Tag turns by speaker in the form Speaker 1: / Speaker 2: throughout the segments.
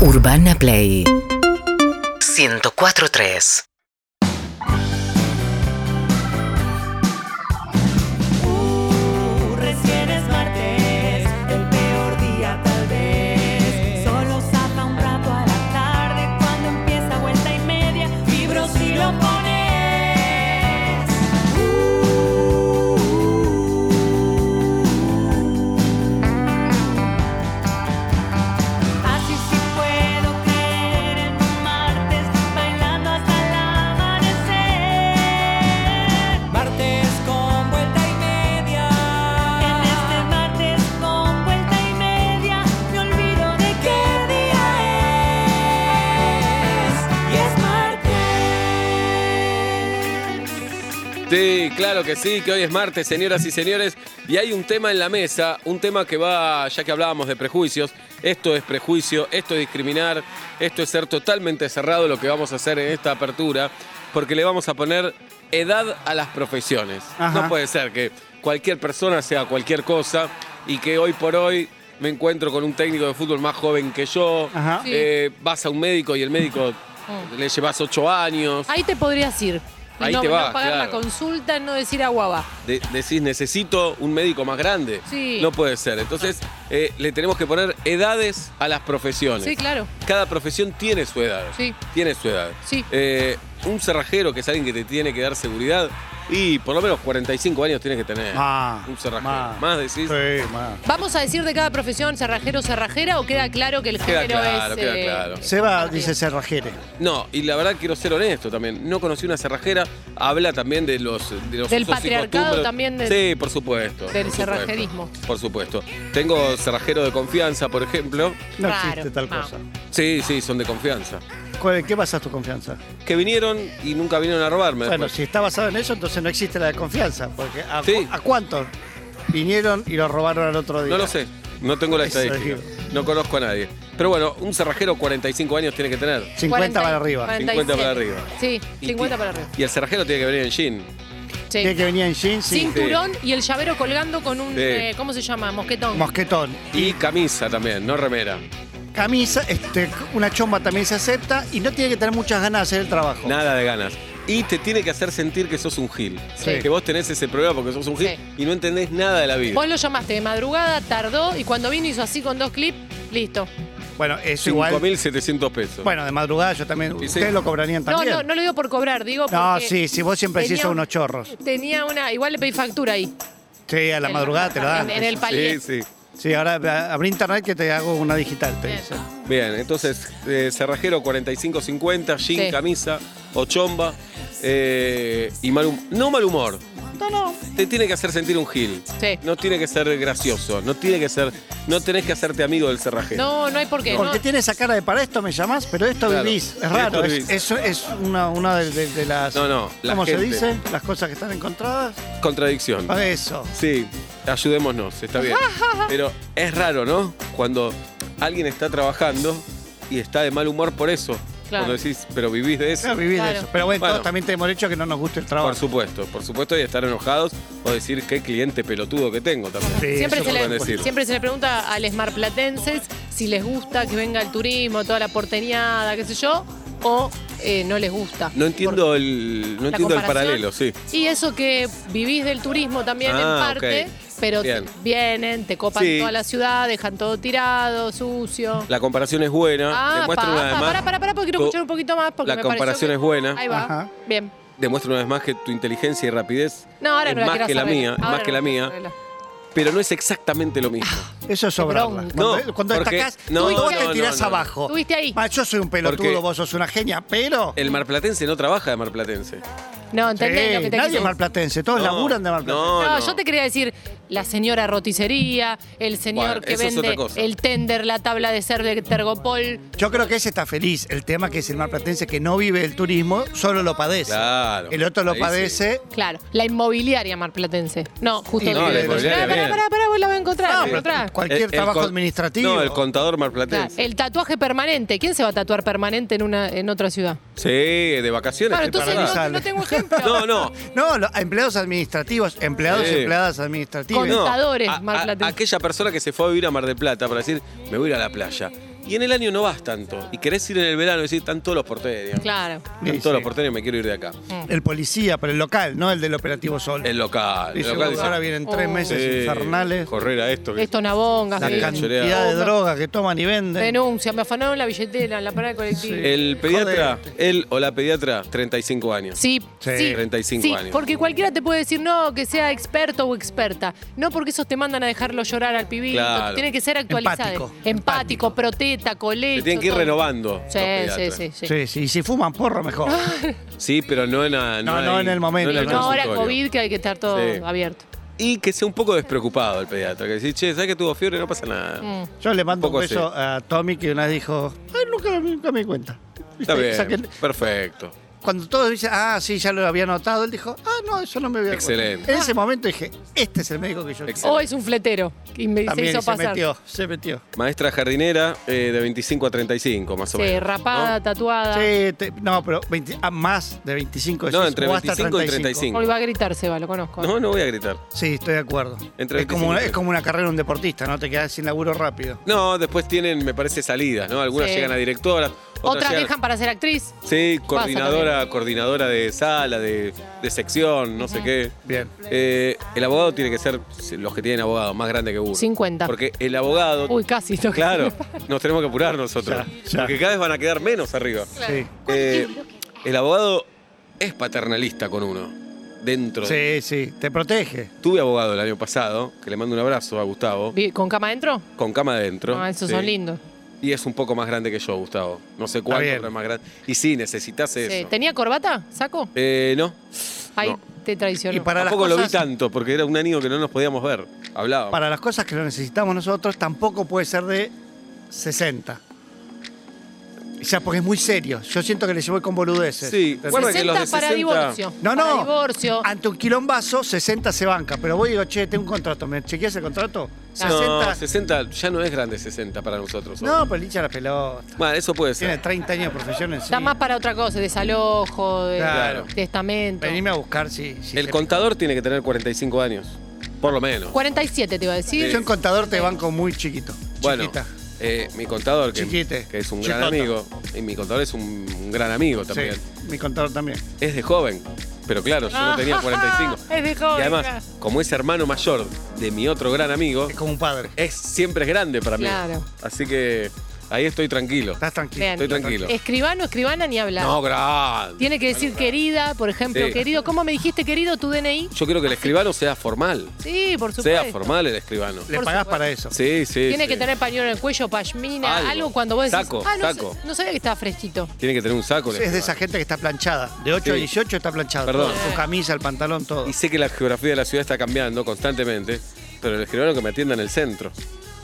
Speaker 1: Urbana Play 104.3
Speaker 2: Uh, recién es martes, el peor día tal vez. Solo saca un rato a la tarde cuando empieza vuelta y media. Vibro si lo pones. Así sí puedo creer en un martes bailando hasta el amanecer. Martes con vuelta y media. En este martes con vuelta y media me olvido de qué día es. Y es martes.
Speaker 3: Sí, claro que sí, que hoy es martes, señoras y señores, y hay un tema en la mesa, un tema que va, ya que hablábamos de prejuicios, esto es prejuicio, esto es discriminar, esto es ser totalmente cerrado lo que vamos a hacer en esta apertura, porque le vamos a poner edad a las profesiones.
Speaker 4: Ajá.
Speaker 3: No puede ser que cualquier persona sea cualquier cosa y que hoy por hoy me encuentro con un técnico de fútbol más joven que yo,
Speaker 4: Ajá.
Speaker 5: Sí.
Speaker 3: eh, vas a un médico y el médico le llevas ocho años.
Speaker 5: Ahí te podrías ir.
Speaker 3: Ahí
Speaker 5: no,
Speaker 3: te
Speaker 5: no
Speaker 3: vas,
Speaker 5: pagar la
Speaker 3: claro.
Speaker 5: consulta, no decir aguaba.
Speaker 3: De- decís, necesito un médico más grande.
Speaker 5: Sí.
Speaker 3: No puede ser. Entonces, eh, le tenemos que poner edades a las profesiones.
Speaker 5: Sí, claro.
Speaker 3: Cada profesión tiene su edad.
Speaker 5: Sí.
Speaker 3: Tiene su edad.
Speaker 5: Sí.
Speaker 3: Eh, un cerrajero, que es alguien que te tiene que dar seguridad, y por lo menos 45 años tiene que tener.
Speaker 4: Más,
Speaker 3: un cerrajero.
Speaker 4: Ah, más.
Speaker 3: decís.
Speaker 4: Sí, más.
Speaker 5: ¿Vamos a decir de cada profesión cerrajero, cerrajera o queda claro que el
Speaker 3: Queda
Speaker 5: género
Speaker 3: claro,
Speaker 5: es. eh,
Speaker 3: queda claro.
Speaker 4: Seba dice cerrajere.
Speaker 3: No, y la verdad quiero ser honesto también. No conocí una cerrajera. Habla también de los, de los
Speaker 5: Del
Speaker 3: usos y
Speaker 5: patriarcado
Speaker 3: costumbres.
Speaker 5: también del-
Speaker 3: sí, por supuesto.
Speaker 5: del
Speaker 3: por supuesto,
Speaker 5: cerrajerismo.
Speaker 3: por supuesto. Tengo cerrajero de confianza, por ejemplo.
Speaker 4: No
Speaker 5: Raro.
Speaker 4: existe tal
Speaker 5: Ah.
Speaker 4: cosa.
Speaker 3: Sí, sí, son de confianza.
Speaker 4: ¿Cu- ¿En qué basas tu confianza?
Speaker 3: Que vinieron y nunca vinieron a robarme.
Speaker 4: Bueno,
Speaker 3: después.
Speaker 4: si está basado en eso, entonces no existe la desconfianza. Porque ¿a, cu-
Speaker 3: Sí.
Speaker 4: a cuántos vinieron y lo robaron al otro día?
Speaker 3: No lo sé, no tengo la
Speaker 4: Eso
Speaker 3: estadística.
Speaker 4: digo.
Speaker 3: No conozco a nadie. Pero bueno, un cerrajero 45 años tiene que tener.
Speaker 4: 50 para arriba.
Speaker 3: 50 para arriba.
Speaker 5: Sí,
Speaker 3: Y
Speaker 5: 50
Speaker 3: ti-
Speaker 5: para arriba.
Speaker 3: Y el cerrajero tiene que venir en jean.
Speaker 5: Sí.
Speaker 4: Tiene que venir en jeans sí.
Speaker 5: Cinturón y el llavero colgando con un.
Speaker 3: Sí.
Speaker 5: eh, ¿Cómo se llama? Mosquetón.
Speaker 4: mosquetón.
Speaker 3: Y camisa también, no remera.
Speaker 4: Camisa, este, una chomba también se acepta y no tiene que tener muchas ganas de hacer el trabajo.
Speaker 3: Nada de ganas. Y te tiene que hacer sentir que sos un gil.
Speaker 5: Sí.
Speaker 3: Que vos tenés ese problema porque sos un gil
Speaker 5: Sí.
Speaker 3: y no entendés nada de la vida.
Speaker 5: Vos lo llamaste de madrugada, tardó y cuando vino hizo así con dos clips, listo.
Speaker 4: Bueno, eso igual.
Speaker 3: 5.700 pesos.
Speaker 4: Bueno, de madrugada yo también.
Speaker 3: Y sí.
Speaker 4: Ustedes lo cobrarían
Speaker 5: No,
Speaker 4: también.
Speaker 5: no, no lo digo por cobrar, digo.
Speaker 4: No,
Speaker 5: porque
Speaker 4: sí, sí, vos siempre decís
Speaker 5: tenía-
Speaker 4: a unos chorros.
Speaker 5: Tenía una. Igual le pedí factura ahí.
Speaker 4: Sí, a la
Speaker 5: En-
Speaker 4: madrugada te lo dan.
Speaker 5: En, en el
Speaker 3: sí,
Speaker 5: palier.
Speaker 3: sí.
Speaker 4: Sí, ahora a- abrí internet que te hago una digital, te
Speaker 5: Bien.
Speaker 4: dice.
Speaker 3: Bien, entonces, eh, cerrajero 45-50, jean,
Speaker 5: Sí.
Speaker 3: camisa o chomba. eh, y mal hum- no mal humor.
Speaker 5: No, no.
Speaker 3: Te tiene que hacer sentir un gil.
Speaker 5: Sí.
Speaker 3: No tiene que ser gracioso. No tiene que ser. No tenés que hacerte amigo del cerrajero.
Speaker 5: No, no hay por qué. no.
Speaker 4: Porque tiene esa cara de para esto me llamás, pero esto
Speaker 3: Claro.
Speaker 4: vivís. Es
Speaker 3: Esto
Speaker 4: raro.
Speaker 3: vivís.
Speaker 4: Es, eso es una, una de, de- de las.
Speaker 3: No, no, la
Speaker 4: ¿Cómo se
Speaker 3: gente.
Speaker 4: dice? Las cosas que están encontradas.
Speaker 3: Contradicción.
Speaker 4: Ah, Eso.
Speaker 3: Sí, ayudémonos, está bien. Pero es raro, ¿no? Cuando alguien está trabajando y está de mal humor por eso.
Speaker 5: Claro.
Speaker 3: Cuando decís, pero vivís de eso.
Speaker 4: Claro, vivís
Speaker 5: Claro.
Speaker 4: de eso. Pero bueno,
Speaker 3: Bueno.
Speaker 4: todos también tenemos derecho a que no nos guste el trabajo.
Speaker 3: Por supuesto, por supuesto, y estar enojados o decir qué cliente pelotudo que tengo también.
Speaker 4: Sí,
Speaker 5: Siempre
Speaker 4: eso
Speaker 5: se,
Speaker 3: lo
Speaker 4: por
Speaker 3: pueden
Speaker 5: le,
Speaker 3: decir.
Speaker 5: siempre se le pregunta a los marplatenses si les gusta que venga el turismo, toda la porteñada, qué sé yo, o eh, no les gusta.
Speaker 3: No entiendo el, no
Speaker 5: La
Speaker 3: entiendo el
Speaker 5: comparación.
Speaker 3: paralelo, sí.
Speaker 5: Y eso que vivís del turismo también
Speaker 3: Ah,
Speaker 5: en parte,
Speaker 3: ok.
Speaker 5: pero te-
Speaker 3: Bien.
Speaker 5: vienen, te copan
Speaker 3: Sí.
Speaker 5: toda la ciudad, dejan todo tirado, sucio.
Speaker 3: La comparación es buena.
Speaker 5: Ah,
Speaker 3: demuestra
Speaker 5: pa,
Speaker 3: una
Speaker 5: pa,
Speaker 3: vez más.
Speaker 5: pará, pará, pará, porque quiero
Speaker 3: tu-
Speaker 5: escuchar un poquito más. Porque
Speaker 3: la
Speaker 5: me pareció
Speaker 3: comparación
Speaker 5: que-
Speaker 3: es buena.
Speaker 5: Ahí va.
Speaker 4: Ajá.
Speaker 5: Bien.
Speaker 3: Demuestra una vez más que tu inteligencia y rapidez
Speaker 5: No, ahora
Speaker 3: es
Speaker 5: no la
Speaker 3: más
Speaker 5: quiero
Speaker 3: que la
Speaker 5: saber.
Speaker 3: mía, es
Speaker 5: Ahora
Speaker 3: más que
Speaker 5: no
Speaker 3: la mía.
Speaker 5: quiero saberla.
Speaker 3: Pero no es exactamente lo mismo.
Speaker 4: Eso es sobrarla.
Speaker 5: bronca.
Speaker 4: Cuando,
Speaker 3: No,
Speaker 4: cuando
Speaker 3: porque-
Speaker 4: destacás,
Speaker 3: no,
Speaker 4: tú igual
Speaker 3: no, no,
Speaker 4: te tirás
Speaker 3: no.
Speaker 4: abajo.
Speaker 5: Estuviste ahí.
Speaker 4: Ma, yo soy un pelotudo,
Speaker 3: Porque-
Speaker 4: vos sos una genia, pero.
Speaker 3: El marplatense no trabaja de marplatense.
Speaker 5: No,
Speaker 4: Sí,
Speaker 5: entendés lo que te
Speaker 4: nadie
Speaker 5: quise
Speaker 4: es marplatense, todos
Speaker 3: No,
Speaker 4: laburan de marplatense.
Speaker 3: No,
Speaker 5: No,
Speaker 3: no.
Speaker 5: yo te quería decir la señora roticería, el
Speaker 3: Bueno,
Speaker 5: señor que
Speaker 3: eso es otra
Speaker 5: vende
Speaker 3: cosa.
Speaker 5: el tender, la tabla de ser de Tergopol.
Speaker 4: Yo creo que ese está feliz. El tema que es el marplatense que no vive el turismo, solo lo padece.
Speaker 3: Claro.
Speaker 4: El otro lo
Speaker 3: Ahí sí.
Speaker 4: padece.
Speaker 5: Claro, la inmobiliaria marplatense. No, justo.
Speaker 4: Y no,
Speaker 5: que-
Speaker 4: la
Speaker 3: inmobiliaria
Speaker 5: Pará, pará,
Speaker 3: bien.
Speaker 5: pará, pará, vos la vas a encontrar. eh,
Speaker 4: No,
Speaker 5: la
Speaker 4: pero
Speaker 5: encontrás.
Speaker 4: cualquier
Speaker 3: El- el
Speaker 4: trabajo
Speaker 3: con-
Speaker 4: administrativo.
Speaker 3: No, el contador
Speaker 5: Claro,
Speaker 3: marplatense.
Speaker 5: El tatuaje permanente. ¿Quién se va a tatuar permanente en una en otra ciudad?
Speaker 3: Sí, de vacaciones.
Speaker 5: Claro,
Speaker 3: te
Speaker 5: entonces
Speaker 3: parás.
Speaker 5: no,
Speaker 4: paralizar.
Speaker 5: no tengo ejemplo.
Speaker 3: no, no.
Speaker 4: No, los empleados administrativos, empleados y
Speaker 3: Sí.
Speaker 4: empleadas administrativas.
Speaker 3: no.
Speaker 5: Contadores
Speaker 3: A- a-
Speaker 5: marplatenses.
Speaker 3: aquella persona que se fue a vivir a Mar del Plata para decir, me voy a ir a la playa. Y en el año no vas tanto. Y querés ir en el verano y decir, están todos los porteños.
Speaker 5: Claro.
Speaker 3: Están
Speaker 4: Sí,
Speaker 3: todos
Speaker 4: sí.
Speaker 3: los porteños, me quiero ir de acá.
Speaker 4: El policía, pero el local, no el del operativo Sol.
Speaker 3: El local. El
Speaker 4: Dice,
Speaker 3: local
Speaker 4: "Uh,
Speaker 3: dice,
Speaker 4: ahora vienen tres
Speaker 5: Oh.
Speaker 4: meses
Speaker 3: "Sí,
Speaker 4: infernales.
Speaker 3: Correr a esto. que-
Speaker 5: Esto nabongas,
Speaker 4: La
Speaker 3: Sí,
Speaker 4: cantidad
Speaker 3: chorea.
Speaker 4: de drogas que toman y venden.
Speaker 5: denuncia, me afanaron la billetera en la parada de colectivo.
Speaker 3: El pediatra, él o la pediatra, 35 años.
Speaker 5: Sí, sí,
Speaker 4: Sí.
Speaker 3: 35
Speaker 5: sí,
Speaker 3: años.
Speaker 5: porque cualquiera te puede decir no, que sea experto o experta. No porque esos te mandan a dejarlo llorar al pibito.
Speaker 3: Claro.
Speaker 5: Tiene que ser actualizado.
Speaker 4: Empático.
Speaker 5: Empático, proteta, colecho.
Speaker 3: Se tienen que ir
Speaker 5: todo.
Speaker 3: renovando.
Speaker 5: Sí,
Speaker 3: los
Speaker 5: sí,
Speaker 3: pediatras.
Speaker 5: sí, sí.
Speaker 4: Sí, sí, y si fuman porro mejor.
Speaker 3: Sí, pero no en, a-
Speaker 4: No, no en el momento,
Speaker 5: Y
Speaker 3: en el
Speaker 5: no ahora
Speaker 3: consultorio.
Speaker 5: COVID que hay que estar todo
Speaker 3: Sí.
Speaker 5: abierto.
Speaker 3: Y que sea un poco despreocupado el pediatra. Que decís, che, ¿sabes que tuvo fiebre? No pasa nada.
Speaker 5: Mm.
Speaker 4: Yo le mando
Speaker 3: Un poco
Speaker 4: un, beso a Tommy que una vez dijo, ay, nunca, nunca me di cuenta.
Speaker 3: Está
Speaker 4: ¿Viste?
Speaker 3: bien.
Speaker 4: O sea, que
Speaker 3: Perfecto.
Speaker 4: cuando todos dicen, ah, sí, ya lo había notado, él dijo, ah, no, eso no me había
Speaker 3: Excelente.
Speaker 4: En ese momento dije, este es el médico que yo quiero".
Speaker 3: Excelente.
Speaker 5: O es un fletero. Y me se
Speaker 4: También
Speaker 5: hizo
Speaker 4: se
Speaker 5: pasar.
Speaker 4: metió, se metió.
Speaker 3: Maestra jardinera eh, de 25 a 35, más o
Speaker 5: Sí,
Speaker 3: menos.
Speaker 5: rapada, tatuada.
Speaker 4: Sí, te- no, pero 20 ah, más de 25
Speaker 3: No,
Speaker 4: decís,
Speaker 3: entre
Speaker 4: o hasta
Speaker 3: 25 y 35.
Speaker 5: Hoy va a gritar, Seba, lo conozco.
Speaker 3: No, no voy a gritar.
Speaker 4: Sí, estoy de acuerdo.
Speaker 3: Entre
Speaker 4: es, como una,
Speaker 3: 25.
Speaker 4: es como una carrera de un deportista, ¿no? Te quedas sin laburo rápido.
Speaker 3: No, después tienen, me parece, salidas, ¿no? Algunas
Speaker 5: Sí.
Speaker 3: llegan a directoras, otras,
Speaker 5: Otras
Speaker 3: llegan-
Speaker 5: dejan para ser actriz.
Speaker 3: Sí, coordinadora,
Speaker 5: también.
Speaker 3: coordinadora de sala, de, de sección, no sé qué.
Speaker 4: Bien.
Speaker 3: Eh, el abogado tiene que ser, los que tienen abogado, más grande que uno.
Speaker 5: 50.
Speaker 3: Porque el abogado.
Speaker 5: Uy, casi. toqué.
Speaker 3: Claro, nos tenemos que apurar nosotros.
Speaker 4: Ya, ya.
Speaker 3: Porque cada vez van a quedar menos arriba.
Speaker 4: Sí.
Speaker 3: Eh, el abogado es paternalista con uno. Dentro. de-
Speaker 4: Sí, sí, te protege.
Speaker 3: Tuve abogado el año pasado, que le mando un abrazo a Gustavo,
Speaker 5: Vi- ¿Con cama adentro?
Speaker 3: con cama adentro.
Speaker 5: Ah, esos
Speaker 3: Sí.
Speaker 5: son lindos.
Speaker 3: Y es un poco más grande que yo, Gustavo. No sé cuánto,
Speaker 4: bien.
Speaker 3: pero es más grande. Y sí, necesitas
Speaker 5: Sí.
Speaker 3: eso.
Speaker 5: ¿Tenía corbata? ¿Saco?
Speaker 3: Eh, no,
Speaker 5: Ahí
Speaker 3: No.
Speaker 5: te traicionó.
Speaker 4: Y para las
Speaker 3: tampoco lo vi
Speaker 4: cosas-
Speaker 3: tanto, porque era un año que no nos podíamos ver. Hablaba.
Speaker 4: Para las cosas que lo necesitamos nosotros, tampoco puede ser de 60. O sea, porque es muy serio. Yo siento que le llevo con boludeces.
Speaker 3: Sí,
Speaker 4: ¿Entendés?
Speaker 3: Recuerda
Speaker 5: 60
Speaker 3: que los de
Speaker 5: para
Speaker 3: 60
Speaker 5: divorcio.
Speaker 4: No,
Speaker 5: Para
Speaker 4: no. Ah,
Speaker 5: divorcio.
Speaker 4: Ante un quilombazo, 60 se banca. Pero voy y digo, che, tengo un contrato. ¿Me chequeas el contrato?
Speaker 3: No,
Speaker 4: 60.
Speaker 3: 60 ya no es grande 60 para nosotros.
Speaker 4: No, pero le hincha la pelota.
Speaker 3: Bueno, eso puede
Speaker 4: Tiene
Speaker 3: ser.
Speaker 4: 30 años de profesión en sí.
Speaker 5: Está más para otra cosa, desalojo, de-
Speaker 4: Claro.
Speaker 5: testamento.
Speaker 4: Venime a buscar si. si
Speaker 3: El
Speaker 4: te-
Speaker 3: contador tiene que tener 45 años, por lo menos.
Speaker 5: 47 te iba a decir.
Speaker 4: Yo en contador te banco muy chiquito.
Speaker 3: Bueno,
Speaker 4: Chiquita.
Speaker 3: eh, mi contador, que,
Speaker 4: Chiquite.
Speaker 3: que es un gran
Speaker 4: Chicota.
Speaker 3: amigo, y mi contador es un, un gran amigo también.
Speaker 4: Sí, mi contador también.
Speaker 3: Es de joven, pero claro, yo no
Speaker 4: Ah,
Speaker 3: tenía 45.
Speaker 5: Ah, Es de joven.
Speaker 3: Y además, como es hermano mayor de mi otro gran amigo,
Speaker 4: Es como un padre.
Speaker 3: es, siempre es grande para mí.
Speaker 5: Claro.
Speaker 3: Así que ahí estoy tranquilo.
Speaker 4: Estás tranquilo.
Speaker 5: Bien.
Speaker 3: Estoy tranquilo.
Speaker 5: Escribano, escribana, ni hablar.
Speaker 3: No, grande.
Speaker 5: Tiene que decir querida, por ejemplo.
Speaker 3: Sí.
Speaker 5: Querido, ¿cómo me dijiste querido tu DNI?
Speaker 3: Yo quiero que el escribano sea formal.
Speaker 5: Sí, por supuesto.
Speaker 3: Sea formal el escribano.
Speaker 4: Le
Speaker 5: Por
Speaker 4: pagás
Speaker 5: supuesto.
Speaker 4: para eso.
Speaker 3: Sí, sí.
Speaker 5: Tiene
Speaker 3: sí.
Speaker 5: que tener pañuelo en el cuello, pashmina,
Speaker 3: Algo.
Speaker 5: algo, cuando vos decís.
Speaker 3: Saco,
Speaker 5: ah, no,
Speaker 3: saco.
Speaker 5: sa- no sabía que estaba fresquito.
Speaker 3: Tiene que tener un saco. el
Speaker 4: Es de esa
Speaker 3: escribano.
Speaker 4: gente que está planchada. De 8 a
Speaker 3: Sí.
Speaker 4: 18 está planchado.
Speaker 3: Perdón.
Speaker 4: Todo, Su camisa, el pantalón, todo.
Speaker 3: Y sé que la geografía de la ciudad está cambiando constantemente, pero el escribano que me atienda en el centro.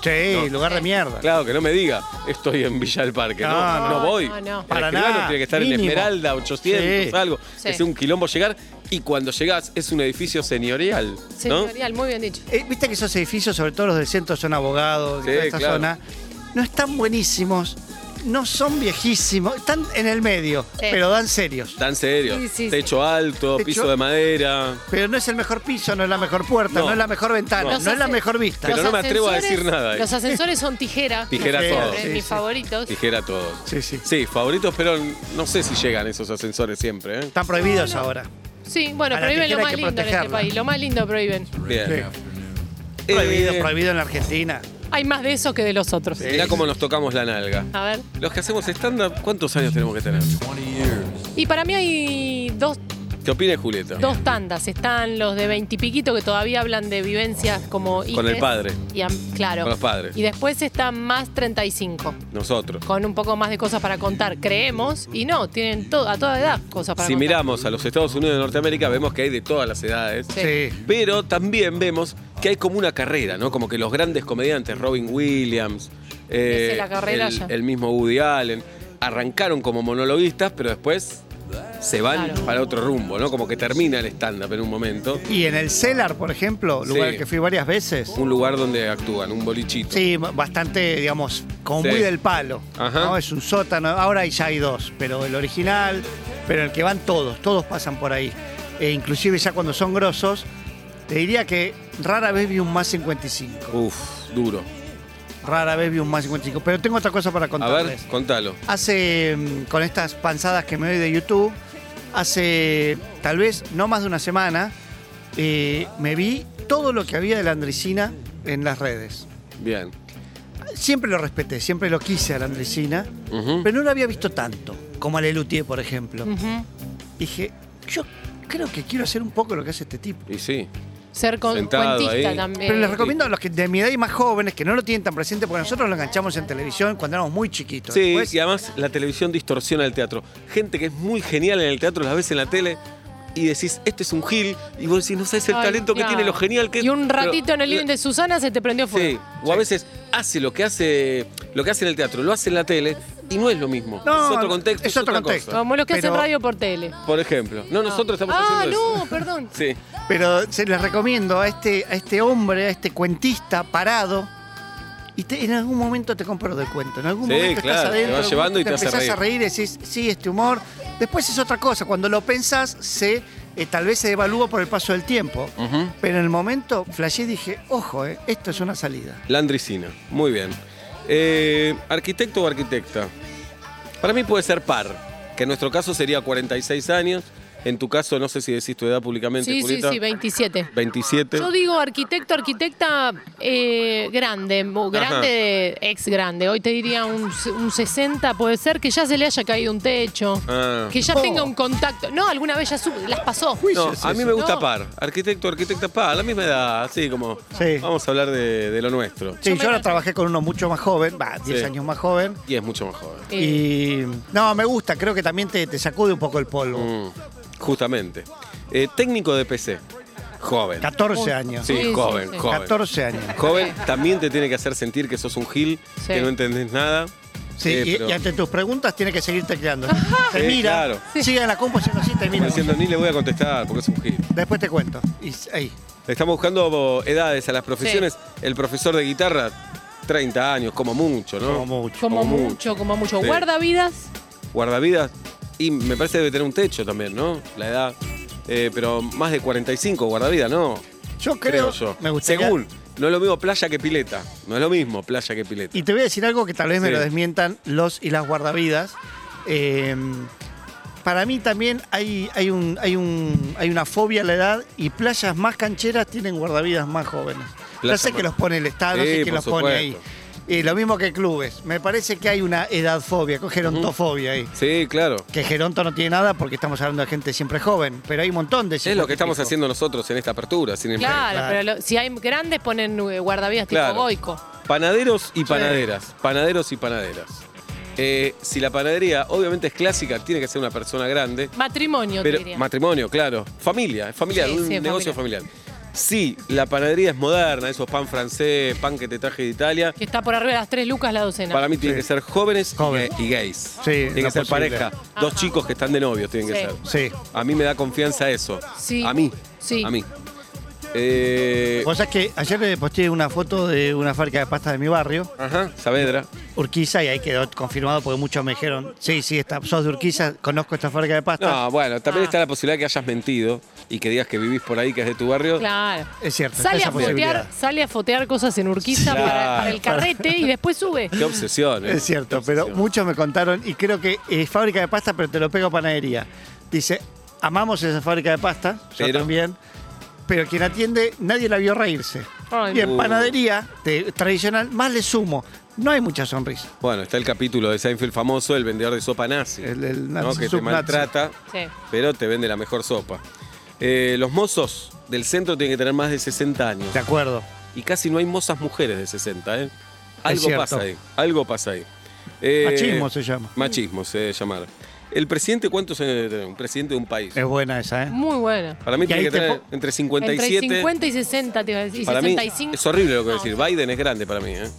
Speaker 4: Sí, lugar de mierda.
Speaker 3: Claro, que no me diga, estoy en Villa del Parque. No,
Speaker 4: No,
Speaker 3: no,
Speaker 4: Ah, no.
Speaker 3: voy.
Speaker 5: No, no.
Speaker 3: El
Speaker 4: Para
Speaker 3: escribano
Speaker 4: nada,
Speaker 3: tiene que estar en
Speaker 4: mínimo.
Speaker 3: Esmeralda, 800,
Speaker 4: Sí.
Speaker 3: algo.
Speaker 5: Sí.
Speaker 3: Es un quilombo llegar. Y cuando llegás, es un edificio señorial. ¿no?
Speaker 5: Señorial, muy bien dicho.
Speaker 4: Eh, Viste que esos edificios, sobre todo los del centro, son abogados
Speaker 3: Sí,
Speaker 4: de esta
Speaker 3: claro.
Speaker 4: zona. No están buenísimos, no son viejísimos, están en el medio,
Speaker 5: Sí.
Speaker 4: pero dan serios.
Speaker 3: Tan serio.
Speaker 5: Sí, sí,
Speaker 3: Techo alto,
Speaker 4: Techo-
Speaker 3: piso de madera.
Speaker 4: Pero no es el mejor piso, no es la mejor puerta,
Speaker 3: No.
Speaker 4: no, es la mejor ventana,
Speaker 5: No.
Speaker 4: no, es la mejor vista.
Speaker 3: Pero
Speaker 5: Los
Speaker 3: no me atrevo a
Speaker 5: ascensores-
Speaker 3: decir nada ahí.
Speaker 5: Los ascensores son tijera.
Speaker 3: Tijera
Speaker 5: Siempre,
Speaker 3: todo.
Speaker 5: es
Speaker 4: Sí,
Speaker 5: mis
Speaker 4: sí.
Speaker 5: favoritos.
Speaker 3: Dijera todo.
Speaker 4: Sí, sí.
Speaker 3: Sí, favoritos, pero no sé si llegan esos ascensores siempre. ¿eh?
Speaker 4: Están prohibidos ahora.
Speaker 5: Sí, bueno,
Speaker 4: A la
Speaker 5: prohíben
Speaker 4: tijera
Speaker 5: lo
Speaker 4: hay
Speaker 5: más
Speaker 4: que
Speaker 5: lindo en este
Speaker 4: protegerla.
Speaker 5: país. Lo más lindo prohíben.
Speaker 3: Bien. Eh,
Speaker 4: Prohibido, prohibido en la Argentina.
Speaker 5: Hay más de esos que de los otros.
Speaker 3: Mirá cómo nos tocamos la nalga.
Speaker 5: A ver.
Speaker 3: Los que hacemos stand-up, ¿cuántos años tenemos que tener?
Speaker 5: Y para mí hay dos,
Speaker 3: ¿Qué opina Julieta?
Speaker 5: dos tandas. Están los de veintipiquito que todavía hablan de vivencias como
Speaker 3: Con el
Speaker 5: hijes
Speaker 3: padre.
Speaker 5: y am- claro.
Speaker 3: Con los padres.
Speaker 5: Y después están más 35,
Speaker 3: Nosotros.
Speaker 5: con un poco más de cosas para contar, creemos. Y no, tienen to- a toda edad cosas para
Speaker 3: Si
Speaker 5: contar.
Speaker 3: miramos a los Estados Unidos de Norteamérica, vemos que hay de todas las edades.
Speaker 5: Sí.
Speaker 4: Sí.
Speaker 3: Pero también vemos que hay como una carrera, ¿no? Como que los grandes comediantes, Robin Williams, eh,
Speaker 5: Esa es la carrera
Speaker 3: el,
Speaker 5: ya.
Speaker 3: el mismo Woody Allen, arrancaron como monologuistas, pero después se van
Speaker 5: Claro.
Speaker 3: para otro rumbo, ¿no? Como que termina el stand-up en un momento.
Speaker 4: Y en el Cellar, por ejemplo, lugar
Speaker 3: Sí.
Speaker 4: al que fui varias veces.
Speaker 3: Un lugar donde actúan, un bolichito.
Speaker 4: Sí, bastante, digamos, como
Speaker 3: Sí.
Speaker 4: muy del palo.
Speaker 3: Ajá.
Speaker 4: ¿no? Es un sótano. Ahora ya hay dos, pero el original, pero en el que van todos, todos pasan por ahí. E inclusive ya cuando son grosos, te diría que rara vez vi un más 55.
Speaker 3: Uf, duro.
Speaker 4: Rara vez vi un más 55. Pero tengo otra cosa para
Speaker 3: A ver,
Speaker 4: contarles.
Speaker 3: contalo.
Speaker 4: Hace, mm, con estas panzadas que me doy de YouTube, hace tal vez no más de una semana, eh, me vi todo lo que había de la Andricina en las redes.
Speaker 3: Bien.
Speaker 4: Siempre lo respeté, siempre lo quise a la Andricina,
Speaker 3: Ujú.
Speaker 4: pero no lo había visto tanto, como a Lelutier, por ejemplo.
Speaker 5: Ujú.
Speaker 4: Dije, yo creo que quiero hacer un poco lo que hace este tipo.
Speaker 3: Y sí.
Speaker 5: Ser con-
Speaker 3: Sentado
Speaker 5: cuentista
Speaker 3: ahí.
Speaker 5: también.
Speaker 4: Pero les recomiendo a los que de mi edad y más jóvenes, que no lo tienen tan presente, porque nosotros lo enganchamos en televisión cuando éramos muy chiquitos.
Speaker 3: Sí,
Speaker 4: Después,
Speaker 3: y además la televisión distorsiona el teatro. Gente que es muy genial en el teatro, las ves en la tele y decís, este es un Gil, y vos decís, no sabes el
Speaker 5: Ay,
Speaker 3: talento
Speaker 5: claro.
Speaker 3: que tiene, lo genial que es.
Speaker 5: Y un
Speaker 3: Pero-
Speaker 5: ratito en el living de Susana se te prendió
Speaker 3: Sí,
Speaker 5: fuego.
Speaker 3: o a veces hace lo que hace lo que hace en el teatro, lo hace en la tele y no es lo mismo.
Speaker 4: No,
Speaker 3: es otro contexto, es,
Speaker 4: es otro
Speaker 3: otra
Speaker 4: contexto.
Speaker 3: cosa.
Speaker 5: Como los que hacen
Speaker 4: Pero-
Speaker 5: radio por tele.
Speaker 3: Por ejemplo, no nosotros estamos
Speaker 5: Ah,
Speaker 3: haciendo
Speaker 5: no,
Speaker 3: eso.
Speaker 5: perdón.
Speaker 3: Sí,
Speaker 4: Pero se les recomiendo a este, a este hombre, a este cuentista parado. Y te- en algún momento te compro del cuento. En algún
Speaker 3: Sí,
Speaker 4: momento
Speaker 3: claro,
Speaker 4: estás
Speaker 3: te
Speaker 4: adentro.
Speaker 3: vas
Speaker 4: en algún
Speaker 3: llevando y
Speaker 4: momento
Speaker 3: te hace
Speaker 4: empezás a reír y decís, sí, este humor. Después es otra cosa. Cuando lo pensás, se, eh, tal vez se devalúa por el paso del tiempo.
Speaker 3: Ujú.
Speaker 4: Pero en el momento flashé y dije, ojo, eh, esto es una salida.
Speaker 3: Landricina, muy bien. Eh, arquitecto o arquitecta. Para mí puede ser par, que en nuestro caso sería 46 años. En tu caso, no sé si decís tu edad públicamente,
Speaker 5: Sí, sí,
Speaker 3: Julieta.
Speaker 5: sí, 27.
Speaker 3: 27.
Speaker 5: Yo digo arquitecto, arquitecta eh, grande, mu- grande, ex grande. Hoy te diría un, s- un 60, puede ser que ya se le haya caído un techo,
Speaker 3: Ah.
Speaker 5: que ya
Speaker 4: Oh.
Speaker 5: tenga un contacto. No, alguna vez ya su- las pasó.
Speaker 3: No, a mí me gusta
Speaker 5: No.
Speaker 3: par. Arquitecto, arquitecta, par. A la misma edad, así como.
Speaker 4: Sí.
Speaker 3: Vamos a hablar de, de lo nuestro.
Speaker 4: Sí,
Speaker 5: Yo
Speaker 4: yo,
Speaker 5: me
Speaker 4: ahora
Speaker 5: cansé.
Speaker 4: trabajé con uno mucho más joven, va, 10
Speaker 3: Sí.
Speaker 4: años más joven.
Speaker 3: Y es mucho más joven.
Speaker 5: Eh,
Speaker 4: Y no, me gusta, creo que también te, te sacude un poco el polvo.
Speaker 3: Mm, justamente. Eh, técnico de PC. Joven.
Speaker 4: 14 años.
Speaker 3: Sí,
Speaker 5: Sí, sí,
Speaker 3: joven,
Speaker 5: sí.
Speaker 3: joven.
Speaker 4: 14 años.
Speaker 3: Joven también te tiene que hacer sentir que sos un gil,
Speaker 5: Sí.
Speaker 3: que no entendés nada.
Speaker 4: Sí,
Speaker 3: Eh,
Speaker 4: y,
Speaker 3: pero-
Speaker 4: y ante tus preguntas tiene que seguir tecleando. Te
Speaker 3: Sí,
Speaker 4: mira,
Speaker 3: claro.
Speaker 4: sigue en la compu si no sí, te
Speaker 3: Como
Speaker 4: mira.
Speaker 3: diciendo, ni le voy a contestar porque es un gil.
Speaker 4: Después te cuento. Y s- ahí.
Speaker 3: Estamos buscando edades a las profesiones. El profesor de guitarra, 30 años, como mucho, ¿no?
Speaker 4: Como mucho.
Speaker 5: como
Speaker 3: como
Speaker 5: mucho, como mucho.
Speaker 3: Sí.
Speaker 5: Guardavidas,
Speaker 3: Guardavidas. Y me parece que debe tener un techo también, ¿no? La edad. Eh, pero más de 45, guardavidas, ¿no?
Speaker 4: Yo
Speaker 3: Creo,
Speaker 4: creo,
Speaker 3: yo.
Speaker 4: me gustaría-
Speaker 3: Según. No es lo mismo playa que pileta. No es lo mismo playa que pileta.
Speaker 4: Y te voy a decir algo que tal vez me
Speaker 3: Sí.
Speaker 4: lo desmientan los y las guardavidas. Eh, para mí también hay, hay, un, hay, un, hay una fobia a la edad y playas más cancheras tienen guardavidas más jóvenes.
Speaker 3: Playa
Speaker 4: ya sé que
Speaker 3: más-
Speaker 4: los pone el Estado,
Speaker 3: Sí,
Speaker 4: sé que
Speaker 3: por
Speaker 4: los
Speaker 3: supuesto.
Speaker 4: pone ahí. Y lo mismo que clubes. Me parece que hay una edadfobia, con gerontofobia ahí.
Speaker 3: Sí, claro.
Speaker 4: Que Geronto no tiene nada porque estamos hablando de gente siempre joven, pero hay un montón de
Speaker 3: Es lo que estamos
Speaker 4: 50 y pico.
Speaker 3: haciendo nosotros en esta apertura, sin embargo.
Speaker 5: claro,
Speaker 4: claro.
Speaker 5: pero lo- si hay grandes ponen eh, guardavidas
Speaker 3: Claro.
Speaker 5: tipo Goico.
Speaker 3: Panaderos y panaderas. Panaderos y panaderas. Eh, si la panadería obviamente es clásica, tiene que ser una persona grande.
Speaker 5: Matrimonio, te
Speaker 3: Pero
Speaker 5: diría.
Speaker 3: matrimonio, claro. Familia, es familiar,
Speaker 5: Sí,
Speaker 3: un
Speaker 5: sí, es
Speaker 3: negocio familiar. Sí, la panadería es moderna, esos pan francés, pan que te traje de Italia.
Speaker 5: que está por arriba de las tres lucas la docena.
Speaker 3: Para mí tienen
Speaker 4: Sí.
Speaker 3: que ser jóvenes y-
Speaker 4: Joven.
Speaker 3: y gays.
Speaker 4: Sí,
Speaker 3: tienen
Speaker 4: no
Speaker 3: que ser
Speaker 4: posible.
Speaker 3: pareja. Dos
Speaker 5: Ajá.
Speaker 3: chicos que están de novios tienen que
Speaker 5: Sí.
Speaker 3: ser.
Speaker 4: Sí.
Speaker 3: A mí me da confianza eso.
Speaker 5: Sí.
Speaker 3: A mí.
Speaker 5: Sí.
Speaker 3: A mí. Eh,
Speaker 4: Vos sabés que ayer le posteé una foto de una fábrica de pasta de mi barrio.
Speaker 3: ajá, Saavedra.
Speaker 4: Urquiza y ahí quedó confirmado porque muchos me dijeron, sí, sí, está, sos de Urquiza, conozco esta fábrica de pasta.
Speaker 3: No, bueno, también
Speaker 5: Ah.
Speaker 3: está la posibilidad que hayas mentido y que digas que vivís por ahí, que es de tu barrio.
Speaker 5: Claro.
Speaker 4: Es cierto, está
Speaker 5: Sale
Speaker 4: esa
Speaker 5: a, fotear,
Speaker 4: posibilidad.
Speaker 5: sale a fotear cosas en Urquiza
Speaker 3: Claro.
Speaker 5: para, para el carrete y después sube.
Speaker 3: Qué obsesión. ¿eh?
Speaker 4: Es cierto,
Speaker 3: Qué
Speaker 4: pero
Speaker 3: obsesión.
Speaker 4: muchos me contaron y creo que es fábrica de pasta, pero te lo pego a panadería. Dice, amamos esa fábrica de pasta, yo
Speaker 3: Pero-
Speaker 4: también, pero quien atiende, nadie la vio reírse.
Speaker 5: Ay,
Speaker 4: y en
Speaker 3: Uh.
Speaker 4: panadería te- tradicional, más le sumo, no hay mucha sonrisa.
Speaker 3: Bueno, está el capítulo de Seinfeld famoso, el vendedor de sopa nazi.
Speaker 4: El- el
Speaker 3: ¿no?
Speaker 4: nazi
Speaker 3: Que te
Speaker 4: subnazi.
Speaker 3: maltrata,
Speaker 5: Sí.
Speaker 3: pero te vende la mejor sopa. Eh, los mozos del centro tienen que tener más de 60 años.
Speaker 4: De acuerdo.
Speaker 3: Y casi no hay mozas mujeres de 60, ¿eh? Algo
Speaker 4: cierto.
Speaker 3: pasa ahí. Algo pasa ahí. Eh,
Speaker 4: Machismo se llama.
Speaker 3: Machismo se debe llamar. ¿El presidente cuántos años debe tener? Un presidente de un país.
Speaker 4: Es buena esa, ¿eh?
Speaker 5: Muy buena.
Speaker 3: Para mí
Speaker 4: Y
Speaker 3: tiene
Speaker 4: ahí
Speaker 3: que
Speaker 4: te
Speaker 3: tener
Speaker 4: po-
Speaker 3: entre
Speaker 5: Entre
Speaker 3: 57
Speaker 5: 50 y 60, te iba a decir. Y Ah,
Speaker 3: Para mí
Speaker 5: 65.
Speaker 3: es horrible lo que voy a decir. Biden es grande para mí, ¿eh?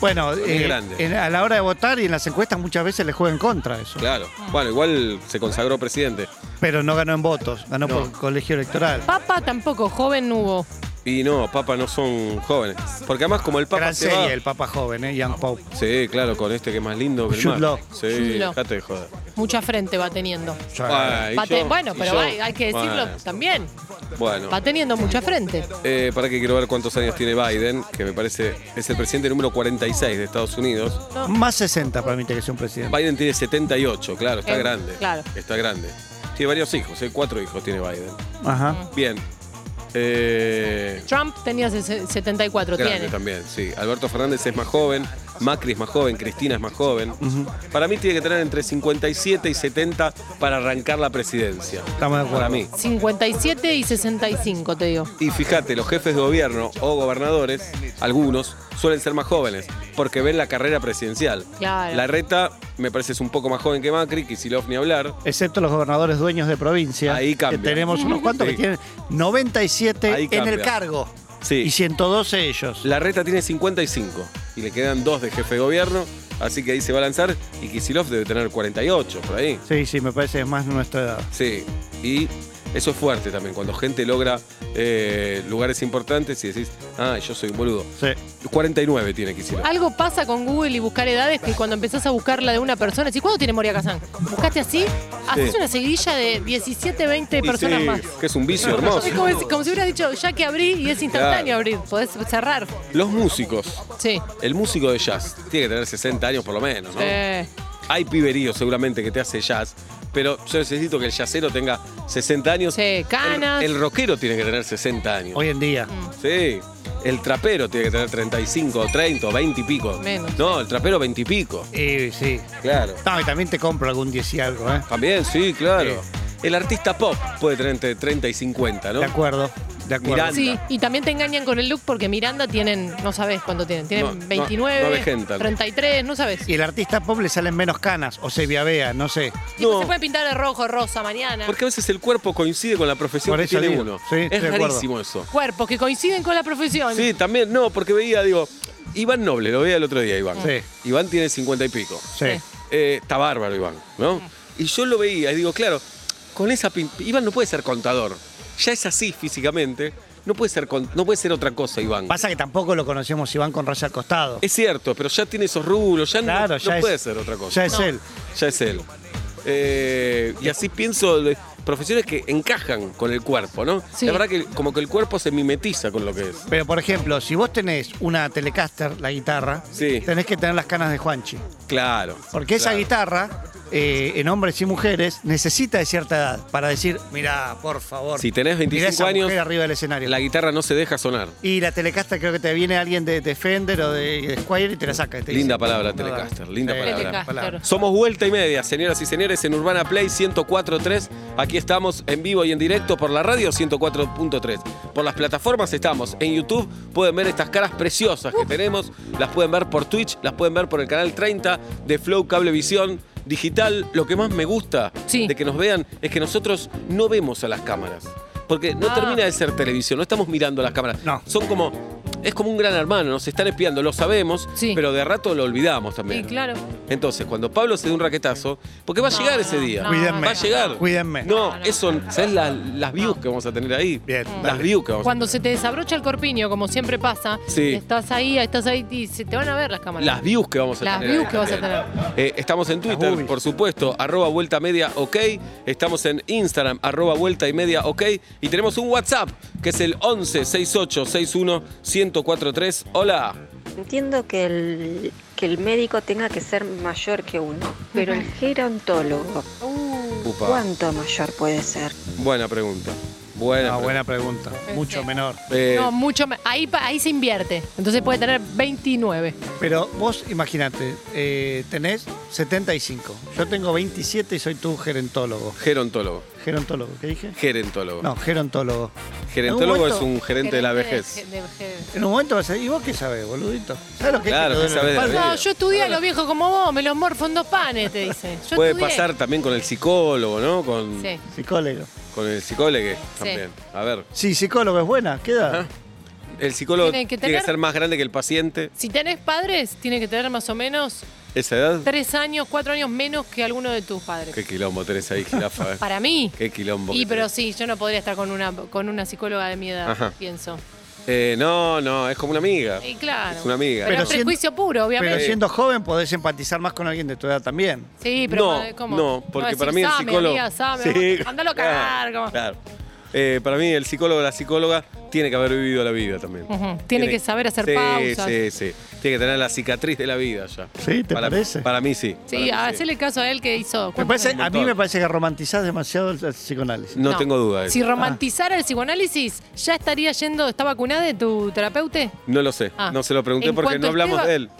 Speaker 4: Bueno,
Speaker 3: Muy
Speaker 4: eh,
Speaker 3: grande.
Speaker 4: en- a la hora de votar y en las encuestas muchas veces le juegan contra eso.
Speaker 3: Claro.
Speaker 5: Ah.
Speaker 3: Bueno, igual se consagró presidente.
Speaker 4: Pero no ganó en votos, ganó por colegio electoral.
Speaker 5: Papa tampoco, joven no hubo.
Speaker 3: Y no, papas no son jóvenes. Porque además como el papa
Speaker 4: Gran
Speaker 3: se
Speaker 4: serie,
Speaker 3: va-
Speaker 4: el Papa Joven, ¿eh? Young Pope.
Speaker 3: Sí, claro, con este que es más lindo que el
Speaker 4: Jude
Speaker 3: mar.
Speaker 4: Law.
Speaker 3: Sí,
Speaker 5: Jude Law.
Speaker 3: dejate de joder.
Speaker 5: Mucha frente va teniendo.
Speaker 4: Ah,
Speaker 3: Ah, y
Speaker 5: Va te-
Speaker 3: yo-
Speaker 5: bueno,
Speaker 3: y
Speaker 5: pero
Speaker 3: yo-
Speaker 5: hay, hay que decirlo
Speaker 3: Bueno,
Speaker 5: también.
Speaker 3: Bueno,
Speaker 5: Va teniendo mucha frente.
Speaker 3: eh, para que quiero ver cuántos años tiene Biden, que me parece es el presidente número 46 de Estados Unidos.
Speaker 4: Más 60 permite que sea un presidente.
Speaker 3: Biden tiene 78, claro, está
Speaker 5: Eh,
Speaker 3: grande.
Speaker 5: claro.
Speaker 3: Está grande. Tiene varios hijos, eh, cuatro hijos tiene Biden.
Speaker 4: Ajá.
Speaker 3: Bien. Eh,
Speaker 5: Trump tenía ses- 74,
Speaker 3: grande
Speaker 5: tiene.
Speaker 3: también, sí. Alberto Fernández es más joven, Macri es más joven, Cristina es más joven. Para mí tiene que tener entre 57 y 70 para arrancar la presidencia.
Speaker 4: Estamos de acuerdo.
Speaker 3: Para mí.
Speaker 5: 57 y 65, te digo.
Speaker 3: Y fíjate, los jefes de gobierno o gobernadores, algunos, suelen ser más jóvenes, porque ven la carrera presidencial.
Speaker 5: Claro.
Speaker 3: La reta, me parece, es un poco más joven que Macri, Kicillof ni hablar.
Speaker 4: Excepto los gobernadores dueños de provincia.
Speaker 3: Ahí cambia.
Speaker 4: Que tenemos unos cuantos
Speaker 3: Sí.
Speaker 4: que tienen 97
Speaker 3: Ahí
Speaker 4: en
Speaker 3: cambia.
Speaker 4: el cargo.
Speaker 3: Sí.
Speaker 4: Y 112 ellos.
Speaker 3: La reta tiene 55 y le quedan dos de jefe de gobierno, así que ahí se va a lanzar y Kicillof debe tener 48 por ahí.
Speaker 4: Sí, sí, me parece que es más nuestra edad.
Speaker 3: Sí, y eso es fuerte también, cuando gente logra eh, lugares importantes y decís, ah, yo soy un boludo.
Speaker 4: Sí.
Speaker 3: 49 tiene Kicillof.
Speaker 5: Algo pasa con Google y buscar edades que cuando empezás a buscar la de una persona, ¿y cuándo tiene Moria Kazán? Buscaste así, haces
Speaker 3: Sí.
Speaker 5: una seguidilla de 17, 20
Speaker 3: Y
Speaker 5: personas
Speaker 3: sí,
Speaker 5: más.
Speaker 3: Que es un vicio hermoso.
Speaker 5: Es como, si- como si hubieras dicho, ya que abrí y es instantáneo
Speaker 3: Claro.
Speaker 5: abrir, podés cerrar.
Speaker 3: Los músicos.
Speaker 5: Sí.
Speaker 3: El músico de jazz tiene que tener 60 años por lo menos, ¿no?
Speaker 5: Eh,
Speaker 3: Hay piberío seguramente que te hace jazz, pero yo necesito que el jazzero tenga 60 años.
Speaker 5: Sí, canas.
Speaker 3: El, el rockero tiene que tener 60 años.
Speaker 4: Hoy en día.
Speaker 3: Sí. El trapero tiene que tener 35, o 30, o 20 y pico.
Speaker 5: Menos.
Speaker 3: No, el trapero 20 y pico.
Speaker 4: Y sí.
Speaker 3: Claro.
Speaker 4: No, y también te compro algún 10 y algo, ¿eh?
Speaker 3: También, sí, claro. El artista pop puede tener entre 30 y 50, ¿no?
Speaker 4: De acuerdo. De
Speaker 3: Mirá,
Speaker 4: acuerdo.
Speaker 5: sí, y también te engañan con el look porque Miranda tienen, no sabes cuánto tienen,
Speaker 3: No,
Speaker 5: tienen
Speaker 3: no,
Speaker 5: 29,
Speaker 3: no vejentan.
Speaker 5: 33, no sabes.
Speaker 4: Y el artista pop le salen menos canas, o se viavea, no sé.
Speaker 5: Tipo,
Speaker 3: No.
Speaker 5: se puede pintar de rojo, rosa, mañana.
Speaker 3: Porque a veces el cuerpo coincide con la profesión
Speaker 4: Por
Speaker 3: que
Speaker 4: eso
Speaker 3: tiene
Speaker 4: digo.
Speaker 3: uno.
Speaker 4: Sí, estoy
Speaker 3: es
Speaker 4: de acuerdo.
Speaker 3: rarísimo eso.
Speaker 5: Cuerpos que coinciden con la profesión.
Speaker 3: Sí, también, no, porque veía, digo, Iván Noble, lo veía el otro día, Iván.
Speaker 4: Sí.
Speaker 3: Iván tiene 50 y pico.
Speaker 4: Sí.
Speaker 3: Eh, está bárbaro, Iván, ¿no? Y yo lo veía y digo, claro, con esa pin- Iván no puede ser contador. Ya es así físicamente. No puede ser, con- no puede ser otra cosa, Iván.
Speaker 4: Pasa que tampoco lo conocemos Iván con raya al costado.
Speaker 3: Es cierto, pero ya tiene esos rubros, ya no-
Speaker 4: Claro,
Speaker 3: no,
Speaker 4: ya es-
Speaker 3: puede ser otra cosa.
Speaker 4: Ya es él.
Speaker 3: Ya es él. Eh, y así pienso de profesiones que encajan con el cuerpo, ¿no?
Speaker 5: Sí.
Speaker 3: La verdad que como que el cuerpo se mimetiza con lo que es.
Speaker 4: Pero por ejemplo, si vos tenés una Telecaster, la guitarra,
Speaker 3: Sí.
Speaker 4: tenés que tener las canas de Juanchi.
Speaker 3: Claro.
Speaker 4: Porque esa
Speaker 3: claro.
Speaker 4: guitarra, eh, en hombres y mujeres, necesita de cierta edad para decir, mirá, por favor.
Speaker 3: Si tenés
Speaker 4: mirá
Speaker 3: 25
Speaker 4: esa
Speaker 3: años,
Speaker 4: mujer arriba del escenario.
Speaker 3: la guitarra no se deja sonar.
Speaker 4: y la Telecaster creo que te viene alguien de, de Fender o de, de Squire y te la saca. y te
Speaker 3: Linda
Speaker 4: dice,
Speaker 3: palabra,
Speaker 4: no, no,
Speaker 3: Telecaster,
Speaker 4: no.
Speaker 3: linda palabra.
Speaker 5: Telecaster.
Speaker 3: Somos vuelta y media, señoras y señores, en Urbana Play 104.3. Aquí estamos en vivo y en directo por la radio 104.3. Por las plataformas estamos en YouTube. Pueden ver estas caras preciosas que tenemos. Las pueden ver por Twitch, las pueden ver por el canal 30 de Flow Cablevisión Digital. Lo que más me gusta
Speaker 5: Sí.
Speaker 3: de que nos vean es que nosotros no vemos a las cámaras. Porque no
Speaker 5: Ah.
Speaker 3: termina de ser televisión, no estamos mirando a las cámaras.
Speaker 4: No.
Speaker 3: Son como. Es como un gran hermano, nos están espiando, lo sabemos,
Speaker 5: Sí.
Speaker 3: pero de rato lo olvidamos también.
Speaker 5: Sí, claro.
Speaker 3: Entonces, cuando Pablo se dé un raquetazo, porque va a llegar ese día.
Speaker 5: no,
Speaker 4: Cuídenme.
Speaker 3: Va a llegar.
Speaker 4: Cuídenme.
Speaker 3: No, eso, ¿sabes la- las views que vamos a tener ahí?
Speaker 4: Bien,
Speaker 3: Las
Speaker 4: dale.
Speaker 3: views que vamos
Speaker 5: Cuando se te desabrocha el corpiño, como siempre pasa,
Speaker 3: Sí.
Speaker 5: estás ahí, estás ahí y se te van a ver las
Speaker 3: a
Speaker 5: cámaras.
Speaker 3: tener. Las views que vamos a
Speaker 5: Las
Speaker 3: tener.
Speaker 5: views
Speaker 3: ahí
Speaker 5: que vas a
Speaker 3: también. Eh, estamos en Twitter,
Speaker 4: boobies.
Speaker 3: por supuesto, arroba vuelta media ok. Estamos en Instagram, arroba vuelta y media ok. Y tenemos un WhatsApp, que es el 11 68 61 1043. Hola.
Speaker 1: Entiendo que el, que el médico tenga que ser mayor que uno, pero el gerontólogo,
Speaker 3: Upa.
Speaker 1: ¿cuánto mayor puede ser?
Speaker 3: Buena pregunta. Buena.
Speaker 4: Ah,
Speaker 3: pregunta.
Speaker 4: buena pregunta. Mucho menor.
Speaker 3: Eh,
Speaker 5: No, mucho me- ahí, pa- ahí se invierte. Entonces puede tener 29.
Speaker 4: Pero vos imagínate, eh, tenés 75. Yo tengo 27 y soy tu gerontólogo.
Speaker 3: Gerontólogo.
Speaker 4: ¿Gerontólogo? ¿Qué dije?
Speaker 3: Gerentólogo.
Speaker 4: No, gerontólogo.
Speaker 3: Gerentólogo
Speaker 4: En un
Speaker 3: es un gerente de la vejez.
Speaker 5: de- de-
Speaker 4: En un momento vas a decir, ¿y vos qué sabés, boludito? ¿Sabés lo que
Speaker 3: Claro,
Speaker 4: es
Speaker 3: ¿qué
Speaker 4: que te duele
Speaker 3: sabés
Speaker 4: la
Speaker 3: de
Speaker 4: espalda?
Speaker 5: No, yo estudié a los viejos como vos, me los morfo en dos panes, te dice. Yo
Speaker 3: Puede
Speaker 5: estudié.
Speaker 3: pasar también con el psicólogo, ¿no? Con,
Speaker 5: Sí.
Speaker 4: Psicólogo.
Speaker 3: con el psicólogo también. A ver.
Speaker 4: Sí, psicólogo es buena, ¿qué edad?
Speaker 3: Ajá. El psicólogo
Speaker 5: Tiene
Speaker 3: tiene
Speaker 5: que
Speaker 3: que,
Speaker 5: tener-
Speaker 3: ser más grande que el paciente.
Speaker 5: Si tenés padres, tiene que tener más o menos
Speaker 3: ¿Esa edad?
Speaker 5: tres años, cuatro años menos que alguno de tus padres.
Speaker 3: Qué quilombo tenés ahí, jirafa. eh.
Speaker 5: Para mí.
Speaker 3: Qué quilombo.
Speaker 5: Y
Speaker 3: que
Speaker 5: pero
Speaker 3: tenés.
Speaker 5: sí, yo no podría estar con una, con una psicóloga de mi edad,
Speaker 3: Ajá.
Speaker 5: pienso.
Speaker 3: Eh, no, no, es como una amiga.
Speaker 5: Y claro.
Speaker 3: Es una amiga.
Speaker 5: Pero,
Speaker 4: Pero
Speaker 5: es
Speaker 4: siendo-
Speaker 5: prejuicio puro,
Speaker 4: Pero
Speaker 5: obviamente.
Speaker 4: siendo joven podés empatizar más con alguien de tu edad también.
Speaker 5: sí, pero
Speaker 3: no,
Speaker 5: madre, ¿cómo?
Speaker 3: no, porque
Speaker 5: decir,
Speaker 3: para mí el
Speaker 5: "Sa, mi
Speaker 3: psicólogo.
Speaker 5: amiga, sa, mi
Speaker 3: Sí,
Speaker 5: amor, Ándalo a cagar. como-
Speaker 3: Claro. Eh, para mí, el psicólogo o la psicóloga tiene que haber vivido la vida también.
Speaker 5: Ujú, tiene que saber hacer
Speaker 3: sí,
Speaker 5: pausas.
Speaker 3: Sí, sí. Tiene que tener la cicatriz de la vida ya.
Speaker 4: Sí, ¿te
Speaker 3: para,
Speaker 4: parece?
Speaker 3: Para mí sí.
Speaker 5: Sí,
Speaker 3: para mí sí.
Speaker 5: hacerle caso a él que hizo.
Speaker 4: Me parece- a mí
Speaker 3: montón.
Speaker 4: me parece que romantizás demasiado el el psicoanálisis.
Speaker 3: No, tengo duda de eso.
Speaker 5: Si romantizara el psicoanálisis, ¿ya estaría yendo, está vacunada de tu terapeuta?
Speaker 3: No lo sé.
Speaker 5: Ah.
Speaker 3: No se lo pregunté
Speaker 5: En
Speaker 3: porque
Speaker 5: cuanto
Speaker 3: no hablamos
Speaker 5: esté va-
Speaker 3: de él. No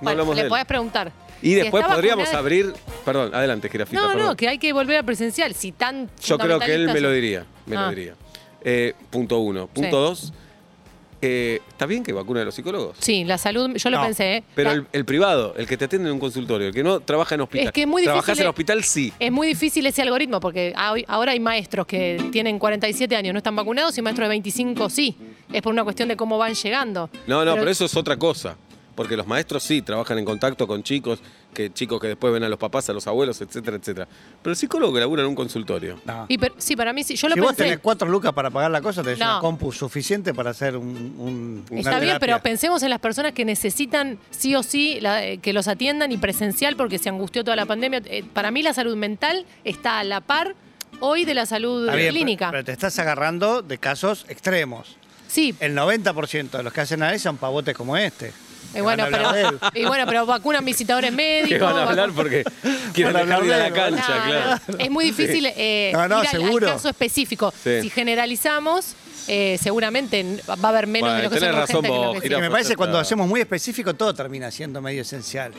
Speaker 5: Bueno,
Speaker 3: hablamos
Speaker 5: le
Speaker 3: de él.
Speaker 5: podés preguntar.
Speaker 3: Y
Speaker 5: Si
Speaker 3: después
Speaker 5: está
Speaker 3: podríamos
Speaker 5: vacunada-
Speaker 3: abrir. Perdón, adelante, girafita.
Speaker 5: No,
Speaker 3: perdón.
Speaker 5: no, que hay que volver a presencial. Si tan.
Speaker 3: Yo creo que él me lo
Speaker 5: fundamentalista
Speaker 3: diría. Me
Speaker 5: Ah.
Speaker 3: lo diría. Eh, punto uno. Punto
Speaker 5: Sí.
Speaker 3: dos. eh, ¿Está bien que vacune a los psicólogos?
Speaker 5: son- Sí, la salud, yo lo
Speaker 4: No,
Speaker 5: pensé, ¿eh?
Speaker 3: Pero
Speaker 5: La-
Speaker 3: el, el privado, el que te atiende en un consultorio, el que no trabaja en hospital.
Speaker 5: Es que es muy
Speaker 3: ¿Trabajás
Speaker 5: difícil- Eh,
Speaker 3: en hospital? Sí.
Speaker 5: Es muy difícil ese algoritmo porque a- hoy- ahora hay maestros que tienen 47 años, no están vacunados, y maestros de 25 sí. Es por una cuestión de cómo van llegando.
Speaker 3: No, no, pero, eso es otra cosa. Porque los maestros sí trabajan en contacto con chicos, que chicos que después ven a los papás, a los abuelos, etcétera, etcétera. Pero el psicólogo que labura en un consultorio.
Speaker 4: No.
Speaker 5: y per- sí, para mí sí. Yo lo
Speaker 4: si vos
Speaker 5: pensé.
Speaker 4: tenés cuatro lucas para pagar la cosa, tenés
Speaker 5: No.
Speaker 4: una compu suficiente para hacer un... un- una
Speaker 5: Está
Speaker 4: terapia.
Speaker 5: bien, pero pensemos en las personas que necesitan sí o sí la- eh, que los atiendan y presencial porque se angustió toda la pandemia. Eh, para mí la salud mental está a la par hoy de la salud
Speaker 4: Está bien,
Speaker 5: clínica.
Speaker 4: Pero, pero te estás agarrando de casos extremos.
Speaker 5: sí,
Speaker 4: El 90% de los que hacen análisis son pavotes como este.
Speaker 5: y Eh, bueno,
Speaker 4: Van a
Speaker 5: pero,
Speaker 4: hablar de él.
Speaker 5: y bueno, pero vacunan visitadores médicos.
Speaker 3: Que van a hablar
Speaker 5: vacu-
Speaker 3: porque quieren
Speaker 4: Van a
Speaker 3: hablar
Speaker 4: hablar
Speaker 3: de ir a
Speaker 4: de
Speaker 3: la
Speaker 4: él,
Speaker 3: cancha,
Speaker 5: No,
Speaker 3: claro.
Speaker 5: no, Es muy difícil eh,
Speaker 4: No, no,
Speaker 5: ir al- al,
Speaker 4: seguro.
Speaker 5: caso específico.
Speaker 3: Sí.
Speaker 5: Si generalizamos, eh, seguramente n- va a haber menos
Speaker 3: Bueno,
Speaker 5: de lo que
Speaker 3: tenés
Speaker 5: somos
Speaker 3: razón
Speaker 5: gente que lo
Speaker 3: vos,
Speaker 5: que sí.
Speaker 4: Que
Speaker 3: Girafo,
Speaker 4: me parece
Speaker 3: está-
Speaker 4: que cuando hacemos muy específico todo termina siendo medio esencial.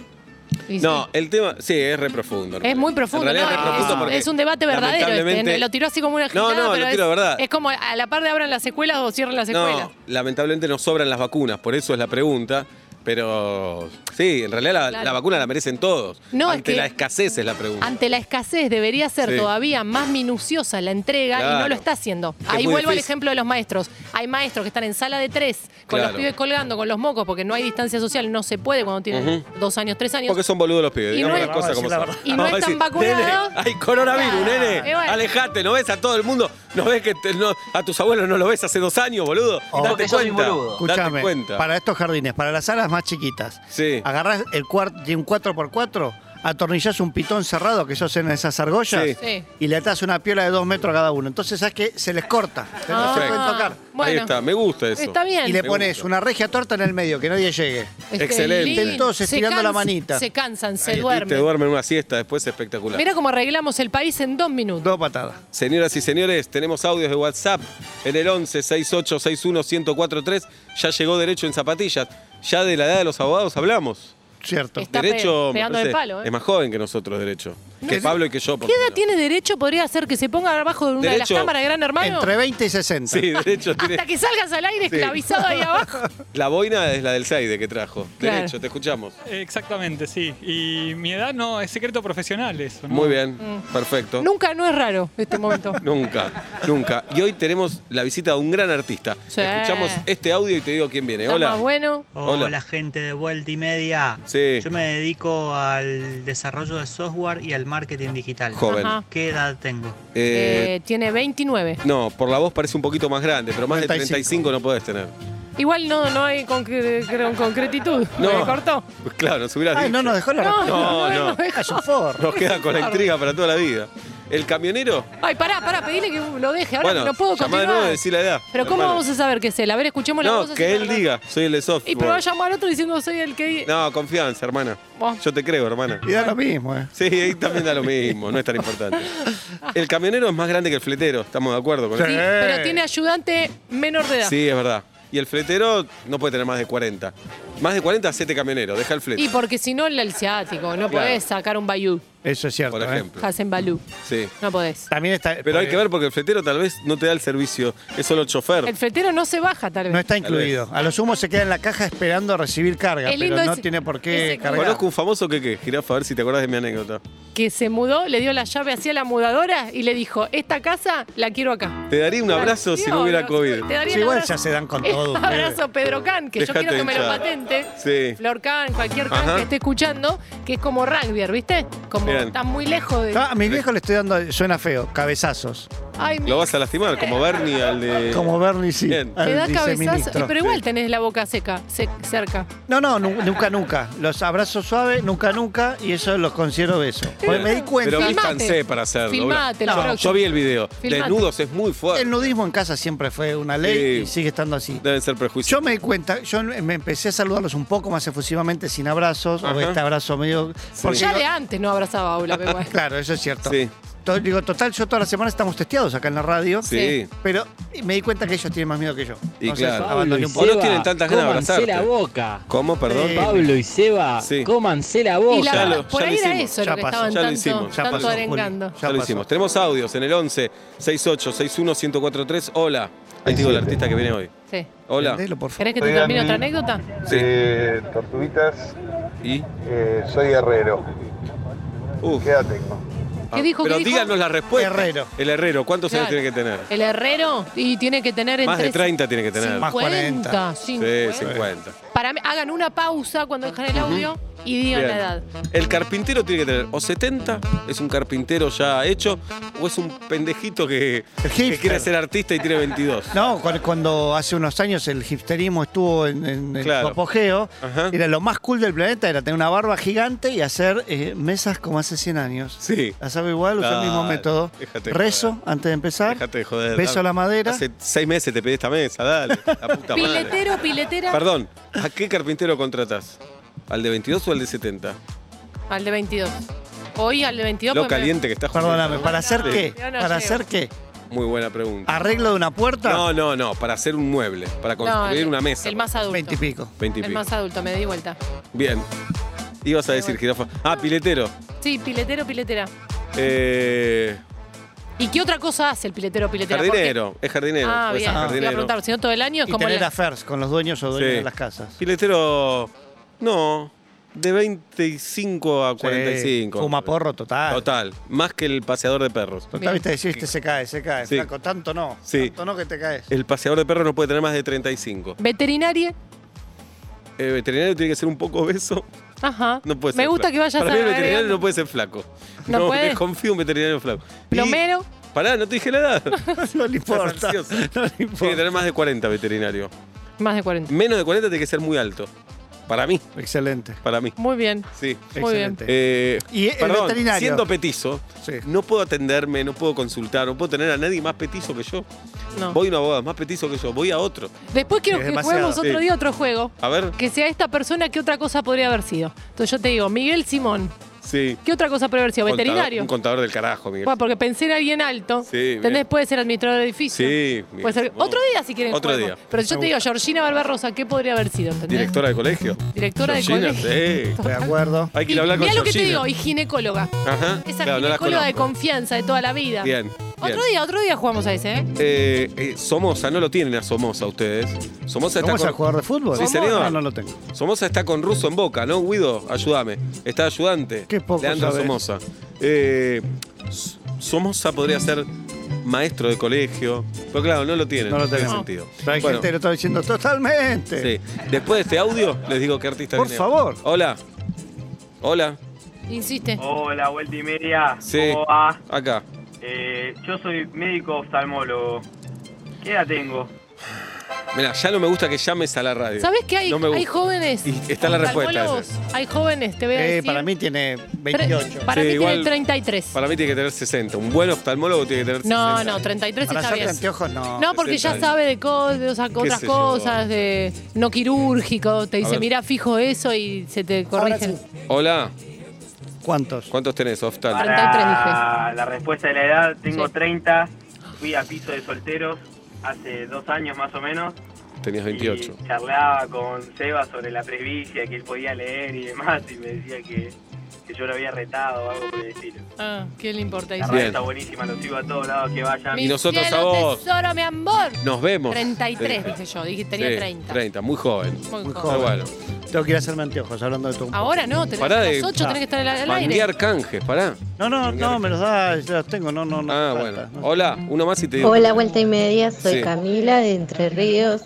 Speaker 5: Y sí.
Speaker 3: No, el tema, sí, es re profundo. en
Speaker 5: Es muy
Speaker 3: realidad.
Speaker 5: profundo,
Speaker 3: En realidad
Speaker 5: ¿no?
Speaker 3: es, re profundo
Speaker 5: Es-
Speaker 3: porque,
Speaker 5: es un debate verdadero. este,
Speaker 3: lamentablemente-
Speaker 5: Lo tiró así como una
Speaker 3: No,
Speaker 5: gilada,
Speaker 3: no, lo
Speaker 5: pero
Speaker 3: tiro
Speaker 5: es,
Speaker 3: verdad.
Speaker 5: es como a la par de abran las secuelas o cierran las secuelas.
Speaker 3: No, lamentablemente nos sobran las vacunas, por eso es la pregunta. Pero sí, en realidad la,
Speaker 5: Claro.
Speaker 3: la vacuna la merecen todos.
Speaker 5: No, es
Speaker 3: Ante
Speaker 5: que-
Speaker 3: la escasez es la pregunta.
Speaker 5: Ante la escasez debería ser
Speaker 3: Sí.
Speaker 5: todavía más minuciosa la entrega y no
Speaker 3: Claro.
Speaker 5: lo está haciendo.
Speaker 3: Es
Speaker 5: Ahí
Speaker 3: muy
Speaker 5: vuelvo al
Speaker 3: difícil.
Speaker 5: ejemplo de los maestros. Hay maestros que están en sala de tres, con
Speaker 3: Claro.
Speaker 5: los pibes colgando, con los mocos, porque no hay distancia social, no se puede cuando tienen dos años, tres años.
Speaker 3: Porque son boludos los pibes,
Speaker 5: Y
Speaker 3: digamos
Speaker 5: no-
Speaker 3: las cosas como
Speaker 4: Vamos a
Speaker 3: son.
Speaker 4: decir la verdad.
Speaker 5: Y no
Speaker 3: Vamos a decir,
Speaker 5: están vacunados.
Speaker 3: "Nene, hay coronavirus,
Speaker 5: Claro.
Speaker 3: nene.
Speaker 5: Y bueno.
Speaker 3: Alejate, no ves a todo el mundo. No ves que te- no- a tus abuelos no lo ves hace dos años, boludo.
Speaker 4: O-
Speaker 6: Oh,
Speaker 3: Date
Speaker 6: Porque sos
Speaker 3: cuenta.
Speaker 6: un boludo.
Speaker 3: Date
Speaker 4: Escuchame,
Speaker 3: cuenta.
Speaker 4: para estos jardines, para las salas más chiquitas,
Speaker 3: Sí.
Speaker 4: agarrás el cuar- de un 4x4, atornillás un pitón cerrado que ellos en esas argollas
Speaker 3: Sí.
Speaker 5: Sí.
Speaker 4: y le atás una piola de 2 metros a cada uno. Entonces, ¿sabes que Se les corta, que no se
Speaker 5: Ah,
Speaker 4: pueden tocar.
Speaker 3: Ahí
Speaker 5: bueno.
Speaker 3: está, me gusta eso.
Speaker 5: Está bien.
Speaker 4: Y le
Speaker 3: Me
Speaker 4: pones
Speaker 3: gusta.
Speaker 4: una regia torta en el medio, que nadie llegue.
Speaker 5: Este,
Speaker 3: Excelente.
Speaker 5: lindo.
Speaker 4: Estén todos
Speaker 5: Se
Speaker 4: estirando la
Speaker 5: cansan-
Speaker 4: manita.
Speaker 5: Se cansan, se
Speaker 3: Y Te
Speaker 5: duermen.
Speaker 3: duermen una siesta después, espectacular.
Speaker 5: Mira cómo arreglamos el país en dos minutos.
Speaker 4: Dos patadas.
Speaker 3: Señoras y señores, tenemos audios de WhatsApp en el 11 68 61 1043. Ya llegó derecho en zapatillas. Ya de la edad de los abogados hablamos.
Speaker 4: Cierto.
Speaker 5: Está pe-
Speaker 3: derecho me
Speaker 5: pegando
Speaker 3: parece,
Speaker 5: el palo, ¿eh?
Speaker 3: es más joven que nosotros, derecho.
Speaker 5: No
Speaker 3: que
Speaker 5: sé.
Speaker 3: Pablo y que yo. por
Speaker 5: ¿Qué
Speaker 3: lo
Speaker 5: edad
Speaker 3: menos.
Speaker 5: tiene derecho? ¿Podría hacer que se ponga abajo de una de
Speaker 3: Derecho-
Speaker 5: las cámaras de Gran Hermano?
Speaker 4: Entre 20 y 60.
Speaker 3: Sí, derecho tiene.
Speaker 5: Hasta que salgas al aire
Speaker 3: Sí.
Speaker 5: esclavizado ahí abajo.
Speaker 3: La boina es la del Saide que trajo.
Speaker 5: Claro.
Speaker 3: Derecho, te escuchamos.
Speaker 7: Exactamente, sí. Y mi edad no, es secreto profesional eso. ¿no?
Speaker 3: Muy bien, perfecto.
Speaker 5: Mm. Nunca no es raro este momento.
Speaker 3: Eh, Nunca, nunca. Y hoy tenemos la visita de un gran artista.
Speaker 5: Sí.
Speaker 3: Escuchamos este audio y te digo quién viene.
Speaker 5: Está
Speaker 3: Hola.
Speaker 5: más bueno.
Speaker 3: Hola.
Speaker 8: Hola. gente de Vuelta y Media.
Speaker 3: Sí.
Speaker 8: Yo me dedico al desarrollo de software y al marketing digital.
Speaker 3: Joven.
Speaker 5: Ajá.
Speaker 8: ¿Qué edad tengo?
Speaker 3: Eh,
Speaker 5: Eh, tiene 29.
Speaker 3: No, por la voz parece un poquito más grande, pero más de
Speaker 4: 35.
Speaker 3: 35 no podés tener.
Speaker 5: Igual no, no hay concre- con concretitud.
Speaker 3: No.
Speaker 5: Me cortó.
Speaker 3: Pues Claro, nos hubieras
Speaker 4: Ay,
Speaker 3: dicho.
Speaker 4: no nos dejó la
Speaker 5: No,
Speaker 4: respuesta.
Speaker 3: No,
Speaker 5: no,
Speaker 3: no.
Speaker 5: no.
Speaker 4: Es un Ford.
Speaker 3: Nos queda con la intriga para toda la vida. El camionero,
Speaker 5: Ay, pará, pará, pedile que lo deje. Ahora
Speaker 3: bueno,
Speaker 5: no puedo
Speaker 3: llamá de
Speaker 5: continuar.
Speaker 3: nuevo y decí la edad.
Speaker 5: Pero ¿cómo
Speaker 3: hermano.
Speaker 5: vamos a saber que es él? A ver, escuchemos la voz.
Speaker 3: No,
Speaker 5: así
Speaker 3: que él
Speaker 5: para-
Speaker 3: diga, soy el de software.
Speaker 5: Y pero va a llamar otro diciendo soy el que...
Speaker 3: No, confianza, hermana.
Speaker 5: Eh, Vos.
Speaker 3: Yo te creo, hermana.
Speaker 4: Y da lo mismo, eh.
Speaker 3: Sí, ahí también da lo mismo, no es tan importante. El camionero es más grande que el fletero, estamos de acuerdo con
Speaker 4: Sí.
Speaker 5: Sí,
Speaker 3: eso.
Speaker 5: pero tiene ayudante menor de edad.
Speaker 3: Sí, es verdad. Y el fletero no puede tener más de 40. Más de 40, hacete camionero, deja el flete.
Speaker 5: Y porque si no, el ciático. No
Speaker 3: Claro.
Speaker 5: podés sacar un Bayou,
Speaker 4: Eso es cierto.
Speaker 3: Por
Speaker 4: ¿eh?
Speaker 3: ejemplo.
Speaker 5: Hacen Balú.
Speaker 3: Sí.
Speaker 5: No podés.
Speaker 4: También está.
Speaker 3: Pero hay que ver porque el fletero tal vez no te da el servicio, es solo el chofer.
Speaker 5: El fletero no se baja, tal vez.
Speaker 4: No está incluido. A lo sumo se queda en la caja esperando recibir carga,
Speaker 5: Es lindo
Speaker 4: pero no
Speaker 5: ese-
Speaker 4: tiene por qué
Speaker 5: ese-
Speaker 4: cargar.
Speaker 3: Conozco un famoso que, que jirafa, a ver si te acordás de mi anécdota.
Speaker 5: Que se mudó, le dio la llave hacia la mudadora y le dijo, esta casa la quiero acá.
Speaker 3: Te daría un abrazo si no hubiera
Speaker 5: Dios,
Speaker 3: COVID.
Speaker 5: Te daría
Speaker 4: Sí,
Speaker 5: el
Speaker 4: igual
Speaker 5: abrazo.
Speaker 4: ya se dan con
Speaker 5: El
Speaker 4: todo. ustedes.
Speaker 5: abrazo Pedro Can, que yo
Speaker 3: Dejate
Speaker 5: quiero que me lo
Speaker 3: hinchar.
Speaker 5: patente.
Speaker 3: Sí.
Speaker 5: Flor Can, cualquier Can
Speaker 3: Ajá.
Speaker 5: que esté escuchando, que es como rugby, ¿viste? Como
Speaker 3: Bien.
Speaker 5: está muy lejos de...
Speaker 4: Ah, a mi viejo le estoy dando, suena feo, cabezazos.
Speaker 5: Ay,
Speaker 3: Lo vas a lastimar, como Bernie al de.
Speaker 4: Como Bernie, sí.
Speaker 3: Bien.
Speaker 4: al
Speaker 5: te da cabezazo.
Speaker 4: viceministro.
Speaker 5: Pero igual tenés la boca seca, se- cerca.
Speaker 4: No, no, nu- nunca, nunca. Los abrazos suaves, nunca, nunca, y eso los considero besos. Porque me di cuenta,
Speaker 3: Pero
Speaker 5: Pues Filmate.
Speaker 3: vístanse para hacerlo.
Speaker 5: Filmate la
Speaker 3: Yo- yo,
Speaker 5: próxima.
Speaker 3: vi el video.
Speaker 5: Filmate.
Speaker 3: Desnudos es muy
Speaker 4: el
Speaker 3: fuerte.
Speaker 4: nudismo en casa siempre fue una ley
Speaker 3: Sí.
Speaker 4: y sigue estando así.
Speaker 3: Deben ser prejuicios.
Speaker 4: Yo me di cuenta, yo me empecé a saludarlos un poco más efusivamente sin abrazos, o
Speaker 3: Ajá.
Speaker 4: este abrazo medio... porque
Speaker 5: Ya
Speaker 4: yo-
Speaker 5: de antes no abrazaba a Paula, pero igual.
Speaker 4: Claro, eso es cierto.
Speaker 3: Sí.
Speaker 4: To- digo, total, yo toda la semana estamos testeados acá en la radio.
Speaker 3: Sí.
Speaker 4: Pero me di cuenta que ellos tienen más miedo que yo.
Speaker 3: Y
Speaker 4: Entonces,
Speaker 3: claro.
Speaker 4: abandoné un
Speaker 3: O
Speaker 4: poco.
Speaker 3: no tienen tantas ganas de
Speaker 6: cómanse
Speaker 3: abrazarte.
Speaker 6: la boca.
Speaker 3: ¿Cómo? Perdón.
Speaker 4: Sí.
Speaker 6: Pablo y Seba,
Speaker 3: Sí.
Speaker 6: cómanse la boca.
Speaker 5: Y la,
Speaker 3: Ya lo-
Speaker 5: por
Speaker 3: ya lo
Speaker 5: ahí era
Speaker 3: hicimos.
Speaker 5: eso
Speaker 4: Ya
Speaker 5: lo que
Speaker 4: pasó.
Speaker 5: estaban
Speaker 3: Ya lo
Speaker 5: tanto,
Speaker 3: hicimos.
Speaker 4: Ya
Speaker 5: tanto
Speaker 4: pasó, Juli.
Speaker 5: arengando.
Speaker 3: Ya lo
Speaker 4: pasó.
Speaker 3: hicimos. Tenemos audios en el 11 68 61 1043. Hola. Ahí digo el artista que viene hoy.
Speaker 5: Sí.
Speaker 3: Hola.
Speaker 4: Entendelo, por favor.
Speaker 5: ¿Querés que te
Speaker 9: Oigan,
Speaker 5: termine otra
Speaker 9: y-
Speaker 3: mm.
Speaker 5: anécdota?
Speaker 3: Sí.
Speaker 9: Eh, tortuguitas,
Speaker 3: ¿Y?
Speaker 9: eh, soy herrero.
Speaker 3: Uf.
Speaker 9: ¿Qué edad tengo?
Speaker 5: ¿Qué dijo?
Speaker 3: Pero
Speaker 5: ¿Qué dijo?
Speaker 3: díganos la respuesta.
Speaker 4: Herrero.
Speaker 3: El herrero. ¿Cuántos
Speaker 5: Claro.
Speaker 3: años tiene que tener?
Speaker 5: El herrero y tiene que tener
Speaker 3: Más
Speaker 5: entre
Speaker 3: de 30 tiene que tener.
Speaker 4: Más
Speaker 5: 50,
Speaker 4: 40.
Speaker 3: Sí,
Speaker 5: 50.
Speaker 3: 50.
Speaker 5: Para mí, hagan una pausa cuando dejan el audio y digan
Speaker 3: Bien.
Speaker 5: la edad.
Speaker 3: El carpintero tiene que tener o 70, es un carpintero ya hecho, o es un pendejito que, que
Speaker 4: El hipster.
Speaker 3: quiere ser artista y tiene 22.
Speaker 4: No, cu- cuando, hace unos años el hipsterismo estuvo en, en- en
Speaker 3: Claro.
Speaker 4: su apogeo,
Speaker 3: Ajá.
Speaker 4: era lo más cool del planeta, era tener una barba gigante y hacer eh, mesas como hace 100 años.
Speaker 3: Sí.
Speaker 4: Las hago igual, usé el mismo
Speaker 3: Dale,
Speaker 4: método.
Speaker 3: déjate de
Speaker 4: Rezo
Speaker 3: joder.
Speaker 4: antes de empezar,
Speaker 3: Dejate de joder.
Speaker 4: beso
Speaker 3: dame.
Speaker 4: a la madera.
Speaker 3: Hace seis meses te pedí esta mesa, dale. La puta madre.
Speaker 5: Piletero, piletera.
Speaker 3: Perdón, ¿a qué carpintero contratás? ¿Al de 22 o al de 70?
Speaker 5: Al de 22. Hoy al de 22.
Speaker 3: Lo
Speaker 5: pues me-
Speaker 3: caliente que está
Speaker 4: Perdóname, ¿para hacer
Speaker 3: Sí.
Speaker 4: qué?
Speaker 5: Yo no
Speaker 4: ¿Para
Speaker 5: llego.
Speaker 4: hacer qué?
Speaker 3: Muy buena pregunta.
Speaker 4: ¿Arreglo de una puerta?
Speaker 3: No, no, no, para hacer un mueble, para
Speaker 5: No,
Speaker 3: construir
Speaker 5: el-
Speaker 3: una mesa.
Speaker 5: El más adulto.
Speaker 4: 20 y pico.
Speaker 3: 20 y
Speaker 5: El
Speaker 3: pico.
Speaker 5: más adulto, me di vuelta.
Speaker 3: Bien. Ibas a decir jirafa. Ah, piletero.
Speaker 5: Sí, piletero, piletera.
Speaker 3: Eh,
Speaker 5: ¿Y qué otra cosa hace el piletero, piletera? Porque-
Speaker 3: jardinero, es jardinero.
Speaker 5: Ah,
Speaker 3: puede
Speaker 5: bien.
Speaker 3: ser
Speaker 5: Te iba a
Speaker 3: jardinero.
Speaker 5: preguntar, si no todo el año es
Speaker 4: Y
Speaker 5: como
Speaker 4: tener
Speaker 5: la-
Speaker 4: affairs con los dueños o dueños
Speaker 3: Sí.
Speaker 4: de las casas.
Speaker 3: Filetero, no, de 25 a 45.
Speaker 4: Sí, Fuma porro total.
Speaker 3: Total, más que el paseador de perros.
Speaker 4: Total, viste, decís, este se cae, se cae.
Speaker 3: Sí.
Speaker 4: Flaco, tanto no.
Speaker 3: Sí.
Speaker 4: Tanto no que te caes.
Speaker 3: El paseador de perros no puede tener más de 35.
Speaker 5: Veterinaria.
Speaker 3: El veterinario tiene que ser un poco obeso.
Speaker 5: Ajá.
Speaker 3: No puede ser
Speaker 5: Me gusta
Speaker 3: flaco.
Speaker 5: que vayas
Speaker 3: Para mí el veterinario
Speaker 5: agregando.
Speaker 3: no puede ser flaco.
Speaker 5: ¿No puede?
Speaker 3: desconfío un veterinario flaco. Y-
Speaker 5: Plomero.
Speaker 3: pará, no te dije la edad.
Speaker 4: No le
Speaker 3: Estás
Speaker 4: importa.
Speaker 3: ansioso.
Speaker 4: No le
Speaker 3: Tiene que
Speaker 4: importa.
Speaker 3: tener más de 40 veterinario.
Speaker 5: Más de 40.
Speaker 3: Menos de 40 tiene que ser muy alto. Para mí,
Speaker 4: Excelente.
Speaker 3: para mí.
Speaker 5: Muy bien.
Speaker 3: Sí.
Speaker 5: Muy bien.
Speaker 4: Excelente.
Speaker 3: Eh,
Speaker 4: Y el
Speaker 3: perdón,
Speaker 4: veterinario.
Speaker 3: siendo petizo,
Speaker 4: Sí.
Speaker 3: no puedo atenderme, no puedo consultar, no puedo tener a nadie más petizo que yo.
Speaker 5: No.
Speaker 3: Voy a una boda más petizo que yo, voy a otro.
Speaker 5: Después quiero
Speaker 4: Es
Speaker 5: que
Speaker 4: demasiado.
Speaker 5: juguemos otro
Speaker 3: Sí.
Speaker 5: día otro juego.
Speaker 3: A ver,
Speaker 5: Que sea esta persona, ¿qué otra cosa podría haber sido? Entonces yo te digo, Miguel Simón,
Speaker 3: sí.
Speaker 5: ¿qué otra cosa podría haber sido?
Speaker 3: Contador-
Speaker 5: Veterinario.
Speaker 3: un contador del carajo, Miguel.
Speaker 5: Bueno, porque pensé en alguien alto.
Speaker 3: Sí, bien.
Speaker 5: ¿Entendés? Puede ser administrador de edificio.
Speaker 3: Sí, bien.
Speaker 5: Puede ser.
Speaker 3: Vamos.
Speaker 5: Otro día si quieren.
Speaker 3: Otro
Speaker 5: juego.
Speaker 3: día.
Speaker 5: Pero yo te digo, Georgina Barbarosa, ¿qué podría haber sido? ¿Entendés?
Speaker 3: Directora de colegio.
Speaker 5: ¿eh? Directora de
Speaker 3: Georgina,
Speaker 5: colegio.
Speaker 3: Sí.
Speaker 4: De acuerdo.
Speaker 3: Hay que ir
Speaker 5: Y
Speaker 3: a hablar con
Speaker 5: mirá lo que te
Speaker 3: Georgina.
Speaker 5: digo, y ginecóloga.
Speaker 3: Ajá.
Speaker 5: Esa
Speaker 3: Claro, no las
Speaker 5: ginecóloga de
Speaker 3: conozco.
Speaker 5: confianza de toda la vida.
Speaker 3: Bien. bien.
Speaker 5: Otro día, otro día jugamos a ese, ¿eh?
Speaker 3: Eh, eh, Somoza, no lo tienen a Somoza ustedes. Somoza está,
Speaker 4: ¿Vamos a
Speaker 3: con,
Speaker 4: jugar de fútbol?
Speaker 3: Sí, señor.
Speaker 4: No, no lo tengo.
Speaker 3: Somoza está con Russo en boca, ¿no? Guido, ayúdame. Está ayudante.
Speaker 4: Qué poco
Speaker 3: Leandro
Speaker 4: sabés.
Speaker 3: Somoza. Eh, S- Somoza podría ser maestro de colegio. Pero claro, no lo tienen.
Speaker 4: No lo
Speaker 3: tiene
Speaker 4: tenemos.
Speaker 3: sentido.
Speaker 4: Pero hay
Speaker 3: Bueno,
Speaker 4: gente que lo está diciendo totalmente.
Speaker 3: Sí. Después de este audio, les digo qué artista
Speaker 4: Por
Speaker 3: viene.
Speaker 4: favor.
Speaker 3: Hola. Hola.
Speaker 5: Insiste.
Speaker 10: Hola, vuelta y media.
Speaker 3: Sí.
Speaker 10: ¿Cómo va?
Speaker 3: Acá.
Speaker 10: Eh, yo soy médico oftalmólogo. ¿Qué edad tengo?
Speaker 3: Mirá, ya no me gusta que llames a la radio.
Speaker 5: ¿Sabés que hay,
Speaker 3: No me gusta.
Speaker 5: hay jóvenes?
Speaker 3: Y está la respuesta
Speaker 5: oftalmólogos?
Speaker 3: esa.
Speaker 5: Hay jóvenes, te voy a
Speaker 4: Eh,
Speaker 5: decir.
Speaker 4: para mí tiene
Speaker 5: Tre-
Speaker 4: 28.
Speaker 5: Para
Speaker 3: Sí,
Speaker 5: mí
Speaker 3: igual-
Speaker 5: tiene 33.
Speaker 3: Para mí tiene que tener 60. Un buen oftalmólogo tiene que tener 60.
Speaker 5: No, no, 33
Speaker 4: Para
Speaker 5: está
Speaker 4: hacerte
Speaker 5: bien.
Speaker 4: anteojos, no.
Speaker 5: No, porque
Speaker 3: 60
Speaker 5: ya
Speaker 3: años.
Speaker 5: sabe de, cosas, otras
Speaker 3: sé yo?
Speaker 5: cosas, de no quirúrgico. Te dice,
Speaker 3: ver.
Speaker 5: mira, fijo eso y se te corrige.
Speaker 3: Hola.
Speaker 4: ¿Cuántos?
Speaker 3: ¿Cuántos tenés, oftal?
Speaker 5: 33 dije.
Speaker 10: Para la respuesta de la edad, tengo
Speaker 5: Sí.
Speaker 10: 30. Fui a piso de solteros hace dos años más o menos.
Speaker 3: Tenías 28.
Speaker 10: Y charlaba con Seba sobre la presbicia, que él podía leer y demás. Y me decía que, que yo lo había retado o algo por el estilo.
Speaker 5: Ah, ¿qué le importa?
Speaker 10: La
Speaker 5: Dice,
Speaker 10: radio
Speaker 3: Bien.
Speaker 10: está buenísima, lo sigo a todos lados que vayan.
Speaker 5: "Mi
Speaker 3: Y nosotros
Speaker 5: cielo,
Speaker 3: a vos".
Speaker 5: tesoro, mi amor.
Speaker 3: Nos vemos.
Speaker 5: 33,
Speaker 3: Te dije.
Speaker 5: dije yo. Dije, tenía
Speaker 3: Sí,
Speaker 5: 30.
Speaker 3: 30, muy joven.
Speaker 5: Muy
Speaker 4: Muy
Speaker 5: joven.
Speaker 3: Pero
Speaker 4: joven.
Speaker 3: bueno,
Speaker 4: Tengo que ir a hacerme anteojos, hablando de todo un poco.
Speaker 5: Ahora no, tenés
Speaker 3: Pará
Speaker 5: a las
Speaker 3: de-
Speaker 5: 8, tenés que estar al, al aire.
Speaker 3: manguear canjes, pará.
Speaker 4: No, no, no, me los da, ya los tengo, no, no, no.
Speaker 3: Ah,
Speaker 4: falta,
Speaker 3: bueno.
Speaker 4: no.
Speaker 3: Hola, uno más y te digo.
Speaker 11: Hola, vuelta y media, soy
Speaker 3: Sí.
Speaker 11: Camila de Entre Ríos.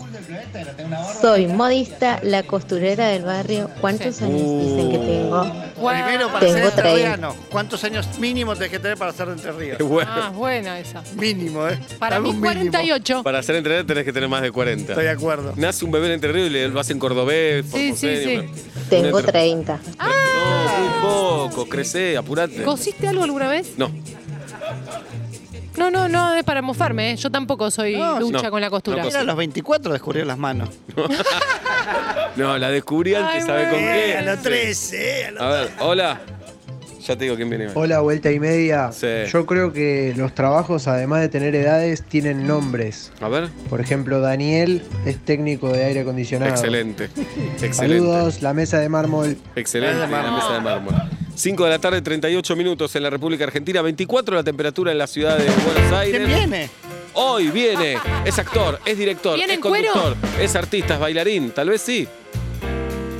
Speaker 11: Soy modista, la costurera del barrio. ¿Cuántos años dicen que tengo?
Speaker 4: Primero, para ser
Speaker 11: Tengo tres.
Speaker 4: entrerriano, ¿cuántos años mínimo tenés que tener para ser de Entre Ríos?
Speaker 3: Qué bueno.
Speaker 5: Ah, buena esa.
Speaker 4: Mínimo, ¿eh?
Speaker 5: Para
Speaker 4: Dame
Speaker 5: mí,
Speaker 4: un mínimo.
Speaker 5: 48.
Speaker 3: Para ser entrenador tenés que tener más de 40.
Speaker 4: Estoy de acuerdo.
Speaker 3: Nace un bebé en Entre Ríos y le- lo hacen cordobés,
Speaker 5: Sí, sí, Ah.
Speaker 3: porteño,
Speaker 5: sí.
Speaker 3: pero-
Speaker 11: Tengo
Speaker 3: Un entre-
Speaker 11: 30.
Speaker 3: No, muy poco, crecé, apurate.
Speaker 5: ¿Cosiste algo alguna vez?
Speaker 3: No,
Speaker 5: No, no, no es para mofarme, ¿eh? yo tampoco soy
Speaker 4: No,
Speaker 5: lucha
Speaker 3: no,
Speaker 5: con la costura.
Speaker 3: no
Speaker 4: Era a los 24 descubrió las manos.
Speaker 3: no, la descubrí antes,
Speaker 5: Ay,
Speaker 3: ¿sabe con
Speaker 5: bueno.
Speaker 3: qué?
Speaker 5: Eh, a
Speaker 4: los 13, eh, a los-
Speaker 3: A ver, hola. Ya te digo quién viene.
Speaker 12: Hola, vuelta y media.
Speaker 3: Sí.
Speaker 12: Yo creo que los trabajos, además de tener edades, tienen nombres.
Speaker 3: A ver.
Speaker 12: Por ejemplo, Daniel es técnico de aire acondicionado.
Speaker 3: Excelente. Excelente.
Speaker 12: Saludos, la mesa de mármol.
Speaker 3: Excelente. La mesa de mármol. 5 de la tarde, 38 minutos en la República Argentina, 24 la temperatura en la ciudad de Buenos Aires.
Speaker 4: ¿Quién viene?
Speaker 3: Hoy viene, es actor, es director,
Speaker 5: ¿Viene
Speaker 3: es
Speaker 5: en cuero?
Speaker 3: conductor, es artista, es bailarín, tal vez sí.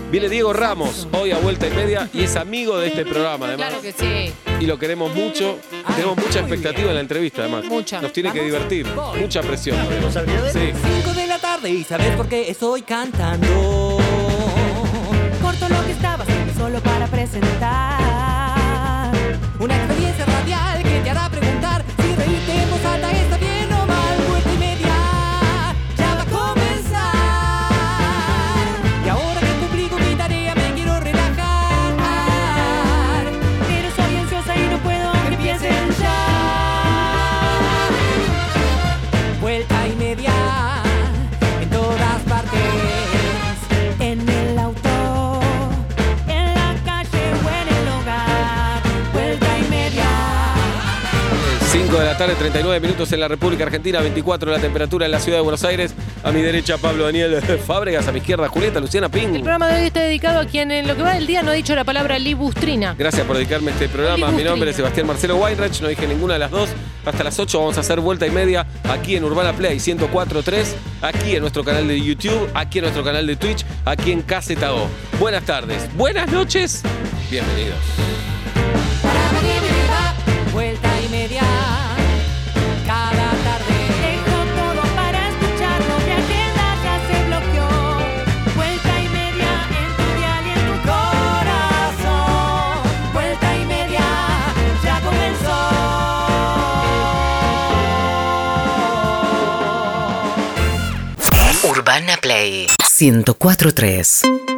Speaker 3: Viene Diego Ramos, hoy a vuelta y media, y es amigo de este programa, además.
Speaker 5: Claro que sí.
Speaker 3: Y lo queremos mucho. Tenemos mucha expectativa en la entrevista, además.
Speaker 5: Mucha.
Speaker 3: Nos tiene que divertir. Mucha presión. Sí.
Speaker 2: 5 de la tarde y sabes por qué estoy cantando. Corto lo que estaba haciendo solo para presentar una experiencia radial que te hará preguntar si reírte en voz alta está bien o mal. Vuelta y media ya va a comenzar. Y ahora que cumplí con mi tarea me quiero relajar. Pero soy ansiosa y no puedo que empiecen ya vuelta y media en todas partes. En el auto, en la calle o en el hogar, vuelta y media.
Speaker 3: 5 de la tarde, 39 minutos en la República Argentina, 24 la temperatura en la ciudad de Buenos Aires. A mi derecha, Pablo Daniel Fábregas, a mi izquierda, Julieta Luciana
Speaker 5: El
Speaker 3: Ping.
Speaker 5: programa de hoy está dedicado a quien en lo que va del día no ha dicho la palabra libustrina.
Speaker 3: Gracias por dedicarme a este programa. Mi nombre es Sebastián Marcelo Weinreich, no dije ninguna de las dos. Hasta las 8 vamos a hacer vuelta y media aquí en Urbana Play 104.3, aquí en nuestro canal de YouTube, aquí en nuestro canal de Twitch, aquí en KZO. Buenas tardes, buenas noches, bienvenidos.
Speaker 2: Vuelta y media, cada tarde. Dejo todo para escuchar, no mi agenda ya se bloqueó. Vuelta y media en tu dial y en tu corazón. Vuelta y media, ya comenzó.
Speaker 13: Urbana Play 104.3